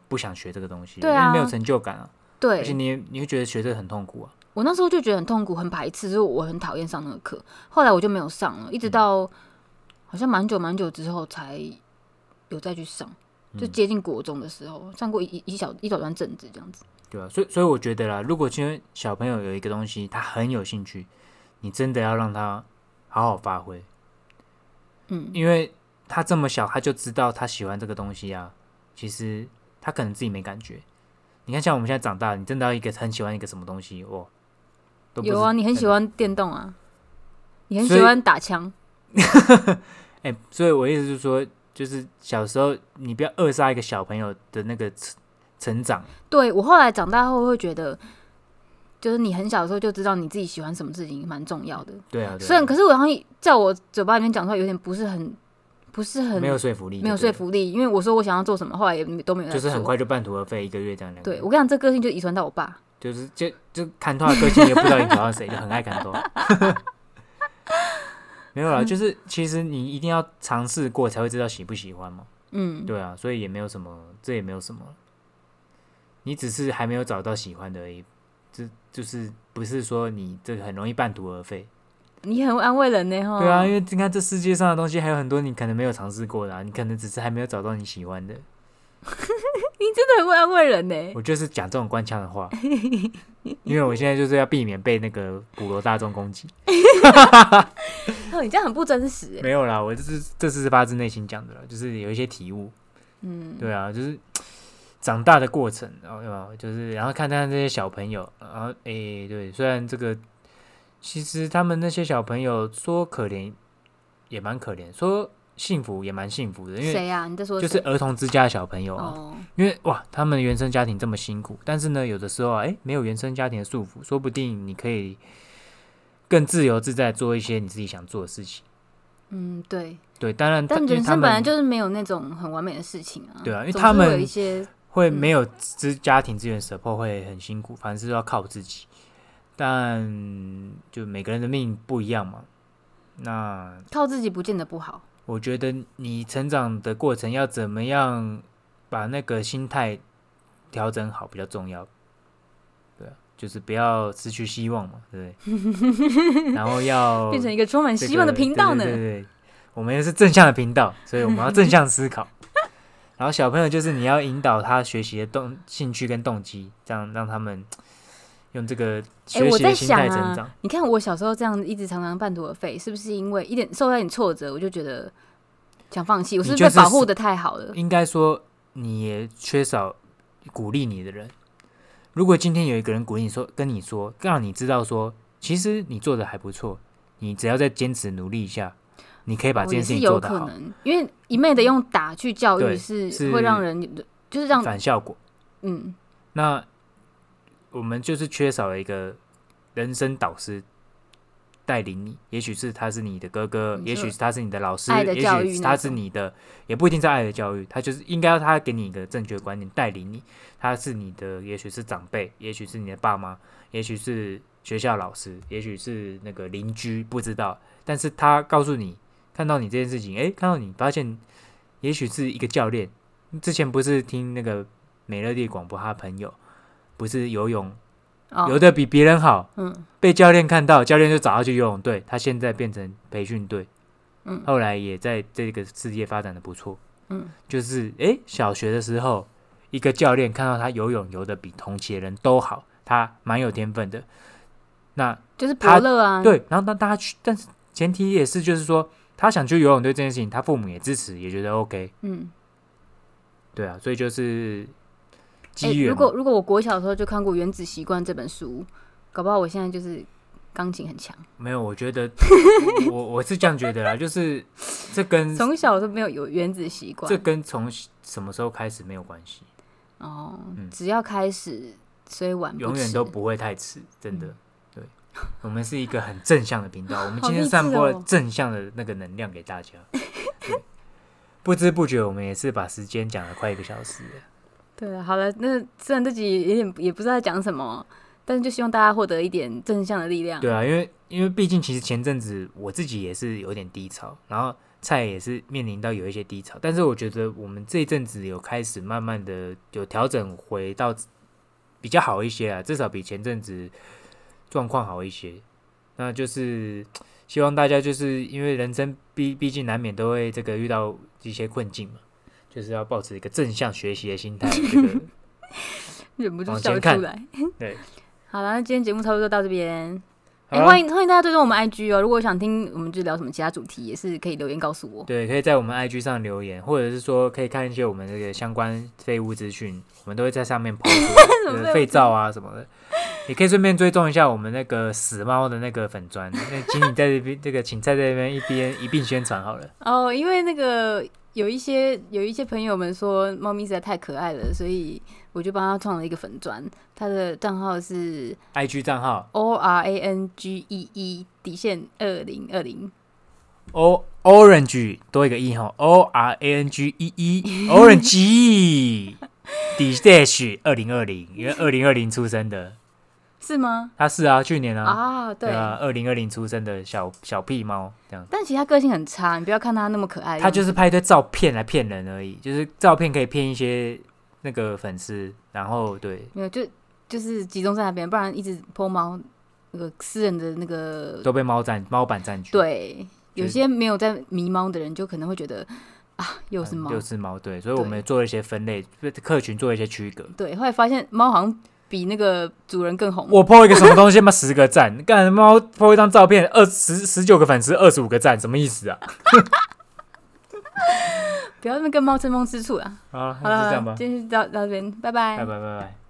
Speaker 1: 不想学这个东西，
Speaker 2: 对啊
Speaker 1: 因为没有成就感啊。而且
Speaker 2: 对
Speaker 1: 你也你会觉得学这个很痛苦啊。
Speaker 2: 我那时候就觉得很痛苦、很排斥，所以我很讨厌上那个课。后来我就没有上了，一
Speaker 1: 嗯
Speaker 2: 直到、好像蛮久蛮久之后才有再去上，就
Speaker 1: 嗯
Speaker 2: 接近国中的时候、上过一一一小一小段阵子这样子。
Speaker 1: 对啊，所以所以我觉得啦，如果今天小朋友有一个东西他很有兴趣，你真的要让他好好发挥，
Speaker 2: 嗯，
Speaker 1: 因为他这么小他就知道他喜欢这个东西啊。其实他可能自己没感觉。你看，像我们现在长大，你真的要一个很喜欢一个什么东西，哇，都不
Speaker 2: 有啊，
Speaker 1: 是
Speaker 2: 你很喜欢电动啊，你很
Speaker 1: 所以
Speaker 2: 喜欢打枪，
Speaker 1: 哎、所以我意思是说，就是小时候你不要扼杀一个小朋友的那个成成长。
Speaker 2: 对我后来长大后会觉得，就是你很小的时候就知道你自己喜欢什么事情，蛮重要的。
Speaker 1: 对啊，对啊
Speaker 2: 虽然可是我好像在我嘴巴里面讲出来，有点不是很不是很
Speaker 1: 没有说服力，
Speaker 2: 没有
Speaker 1: 对
Speaker 2: 说
Speaker 1: 不
Speaker 2: 服力，因为我说我想要做什么，后来也都没有
Speaker 1: 对，
Speaker 2: 在
Speaker 1: 就是很
Speaker 2: 做。
Speaker 1: 快就半途而废，一个月这样两个
Speaker 2: 对
Speaker 1: 月。
Speaker 2: 我跟你讲，这个性就遗传到我爸。
Speaker 1: 就是就就砍头的个性也不知道你搞到谁，就很爱砍头。 没有啦，就是其实你一定要尝试过才会知道喜不喜欢嘛。
Speaker 2: 嗯，
Speaker 1: 对啊，所以也没有什么，这也没有什么，你只是还没有找到喜欢的而已。这就是不是说你这个很容易半途而废。
Speaker 2: 你很会安慰人呢，哈。
Speaker 1: 对啊，因为你看这世界上的东西还有很多你可能没有尝试过的、啊，你可能只是还没有找到你喜欢的。
Speaker 2: 你真的很会安慰人呢。
Speaker 1: 我就是讲这种官腔的话，因为我现在就是要避免被那个普罗大众攻 击。
Speaker 2: 哦，你这样很不真实哎。
Speaker 1: 没有啦，我这是这是发自内心讲的啦，就是有一些体悟。
Speaker 2: 嗯，
Speaker 1: 对啊，就是长大的过程，然后有没有就是然后看看这些小朋友，然后诶、对，虽然这个其实他们那些小朋友说可怜也蛮可怜，说幸福也蛮幸福的，因为
Speaker 2: 谁啊呀？你在说
Speaker 1: 就是
Speaker 2: 谁
Speaker 1: 儿童之家的小朋友啊，
Speaker 2: 哦，
Speaker 1: 因为哇，他们原生家庭这么辛苦，但是呢，有的时候啊，诶、没有原生家庭的束缚，说不定你可以更自由自在做一些你自己想做的事情。
Speaker 2: 嗯，对。
Speaker 1: 对，当然，
Speaker 2: 但
Speaker 1: 因为
Speaker 2: 人
Speaker 1: 他
Speaker 2: 生本来
Speaker 1: 们
Speaker 2: 就是没有那种很完美的事情啊。
Speaker 1: 对啊因为
Speaker 2: 总
Speaker 1: 他
Speaker 2: 是会有
Speaker 1: 们
Speaker 2: 一些
Speaker 1: 会没有资家庭资源 support 会很辛苦，凡事都要靠自己。但就每个人的命不一样嘛。那
Speaker 2: 靠自己不见得不好。
Speaker 1: 我觉得你成长的过程要怎么样把那个心态调整好比较重要。对啊，就是不要失去希望嘛，对不对？然后要
Speaker 2: 变成一个充满
Speaker 1: 哦这
Speaker 2: 希望的
Speaker 1: 个
Speaker 2: 频道呢
Speaker 1: 对。对对对，我们也是正向的频道，所以我们要正向思 考。然后小朋友就是你要引导他学习的动兴趣跟动机，这样让他们用这个学
Speaker 2: 哎我
Speaker 1: 习的
Speaker 2: 在
Speaker 1: 心
Speaker 2: 想
Speaker 1: 态成长。
Speaker 2: 啊，你看我小时候这样一直常常半途而废，是不是因为一点受到一点挫折，我就觉得想放弃？我是不
Speaker 1: 你
Speaker 2: 是
Speaker 1: 就
Speaker 2: 被
Speaker 1: 是
Speaker 2: 保护的太好了？
Speaker 1: 应该说你也缺少鼓励你的人。如果今天有一个人鼓励你说，跟你说，让你知道说，其实你做的还不错，你只要再坚持努力一下，你可以把
Speaker 2: 哦
Speaker 1: 这
Speaker 2: 也
Speaker 1: 件事
Speaker 2: 是
Speaker 1: 情
Speaker 2: 有
Speaker 1: 做得
Speaker 2: 可
Speaker 1: 好，
Speaker 2: 能，因为一昧的用打去教育
Speaker 1: 对
Speaker 2: 是
Speaker 1: 是
Speaker 2: 会让人就是让
Speaker 1: 反效果。
Speaker 2: 嗯
Speaker 1: 那我们就是缺少了一个人生导师，带领你，也许是他是你的哥哥，
Speaker 2: 没
Speaker 1: 也
Speaker 2: 错
Speaker 1: 许是他是你的老师，
Speaker 2: 爱的
Speaker 1: 也
Speaker 2: 教
Speaker 1: 许
Speaker 2: 育
Speaker 1: 是
Speaker 2: 那
Speaker 1: 他是
Speaker 2: 种
Speaker 1: 你的，也不一定是爱的教育，他就是应该要他给你一个正确观念，带领你，他是你的，也许是长辈，也许是你的爸妈，也许是学校老师，也许是那个邻居，不知道，但是他告诉你，看到你这件事情，诶，看到你发现，也许是一个教练，之前不是听那个美乐蒂广播，他朋友不是游泳游
Speaker 2: 哦，
Speaker 1: 的比别人好，
Speaker 2: 嗯，
Speaker 1: 被教练看到，教练就找他去游泳队，他现在变成培训队，
Speaker 2: 嗯
Speaker 1: 后来也在这个事业发展的不错，
Speaker 2: 嗯，
Speaker 1: 就是诶、小学的时候，一个教练看到他游泳游的比同学人都好，他蛮有天分的，那
Speaker 2: 就是伯
Speaker 1: 他
Speaker 2: 乐啊，，
Speaker 1: 对，然后让大家去，但是前提也是就是说，他想去游泳队这件事情，他父母也支持，也觉得 OK，
Speaker 2: 嗯，
Speaker 1: 对啊，所以就是
Speaker 2: 哎，
Speaker 1: 机缘
Speaker 2: 如
Speaker 1: 嘛、
Speaker 2: 果如果我国小的时候就看过《原子习惯》这本书，搞不好我现在就是钢琴很强。
Speaker 1: 没有，我觉得我我是这样觉得啦，就是这跟
Speaker 2: 从小都没有有原子习
Speaker 1: 嗯
Speaker 2: 惯
Speaker 1: 这，跟从什么时候开始没有关系，
Speaker 2: 哦，
Speaker 1: 嗯
Speaker 2: 只要开始，所以晚不
Speaker 1: 永远
Speaker 2: 迟
Speaker 1: 都不会太迟，真的
Speaker 2: 嗯。
Speaker 1: 对，我们是一个很正向的频道，我们
Speaker 2: 好
Speaker 1: 今天
Speaker 2: 励志
Speaker 1: 散播了
Speaker 2: 哦
Speaker 1: 正向的那个能量给大家。对不知不觉，我们也是把时间讲了快一个小时了。
Speaker 2: 对啊，好了，那虽然自己有点也不知道在讲什么，但是就希望大家获得一点正向的力量。
Speaker 1: 对啊，因为因为毕竟其实前阵子我自己也是有点低潮，然后菜也是面临到有一些低潮，但是我觉得我们这一阵子有开始慢慢的有调整回到比较好一些啊，至少比前阵子状况好一些。那就是希望大家就是因为人生毕毕竟难免都会这个遇到一些困境嘛，就是要保持一个正向学习的心态，这 个
Speaker 2: 忍不住
Speaker 1: 往
Speaker 2: 笑
Speaker 1: 前看
Speaker 2: 出来。
Speaker 1: 对，
Speaker 2: 好了，那今天节目差不多到这边。哎、
Speaker 1: 好啊
Speaker 2: 欢迎欢迎大家追踪我们 IG 哦！如果想听我们就聊什么其他主题，也是可以留言告诉我。
Speaker 1: 对，可以在我们 IG 上留言，或者是说可以看一些我们这个相关废物资讯，我们都会在上面抛 出
Speaker 2: 么
Speaker 1: 呃
Speaker 2: 废物
Speaker 1: 废
Speaker 2: 资
Speaker 1: 照啊什么的。也可以顺便追踪一下我们那个死猫的那个粉砖，那请你在这边这个请在这边一边一并宣传好了。
Speaker 2: 哦，因为那个有一些有一些朋友们说猫咪实在太可爱了，所以我就帮它创了一个粉砖，它的账号是
Speaker 1: IG 账号
Speaker 2: O R A N G E E 底线二零二零。
Speaker 1: O Orange 多一个 E 哈，O R A N G E E Orange D dash 二零二零，因为二零二零出生的，
Speaker 2: 是吗？
Speaker 1: 他是啊，去年啊，
Speaker 2: 啊，对。
Speaker 1: 啊，二零二零出生的小小屁猫这样。
Speaker 2: 但其实它个性很差，你不要看它那么可爱。
Speaker 1: 他就是拍一堆照片来骗人而已，就是照片可以骗一些那个粉丝，然后对
Speaker 2: 没有，就就是集中在那边，不然一直泼猫那个私人的那个
Speaker 1: 都被猫占猫版占据，
Speaker 2: 对，有
Speaker 1: 就是
Speaker 2: 些没有在迷猫的人，就可能会觉得啊，又
Speaker 1: 嗯，
Speaker 2: 是猫
Speaker 1: 又。是猫，对，所以我们做了一些分类，对客群做了一些区隔。
Speaker 2: 对，后来发现猫好像比那个主人更红。
Speaker 1: 我 PO 一个什么东西，妈十个赞，干猫 PO 一张照片，二十十九个粉丝，二十五个赞，什么意思啊？
Speaker 2: 不要那么跟猫争风吃醋啊！
Speaker 1: 啊，
Speaker 2: 好
Speaker 1: 那就
Speaker 2: 了，
Speaker 1: 啊这样吧，
Speaker 2: 今天就到到这边，拜拜
Speaker 1: 拜拜拜拜。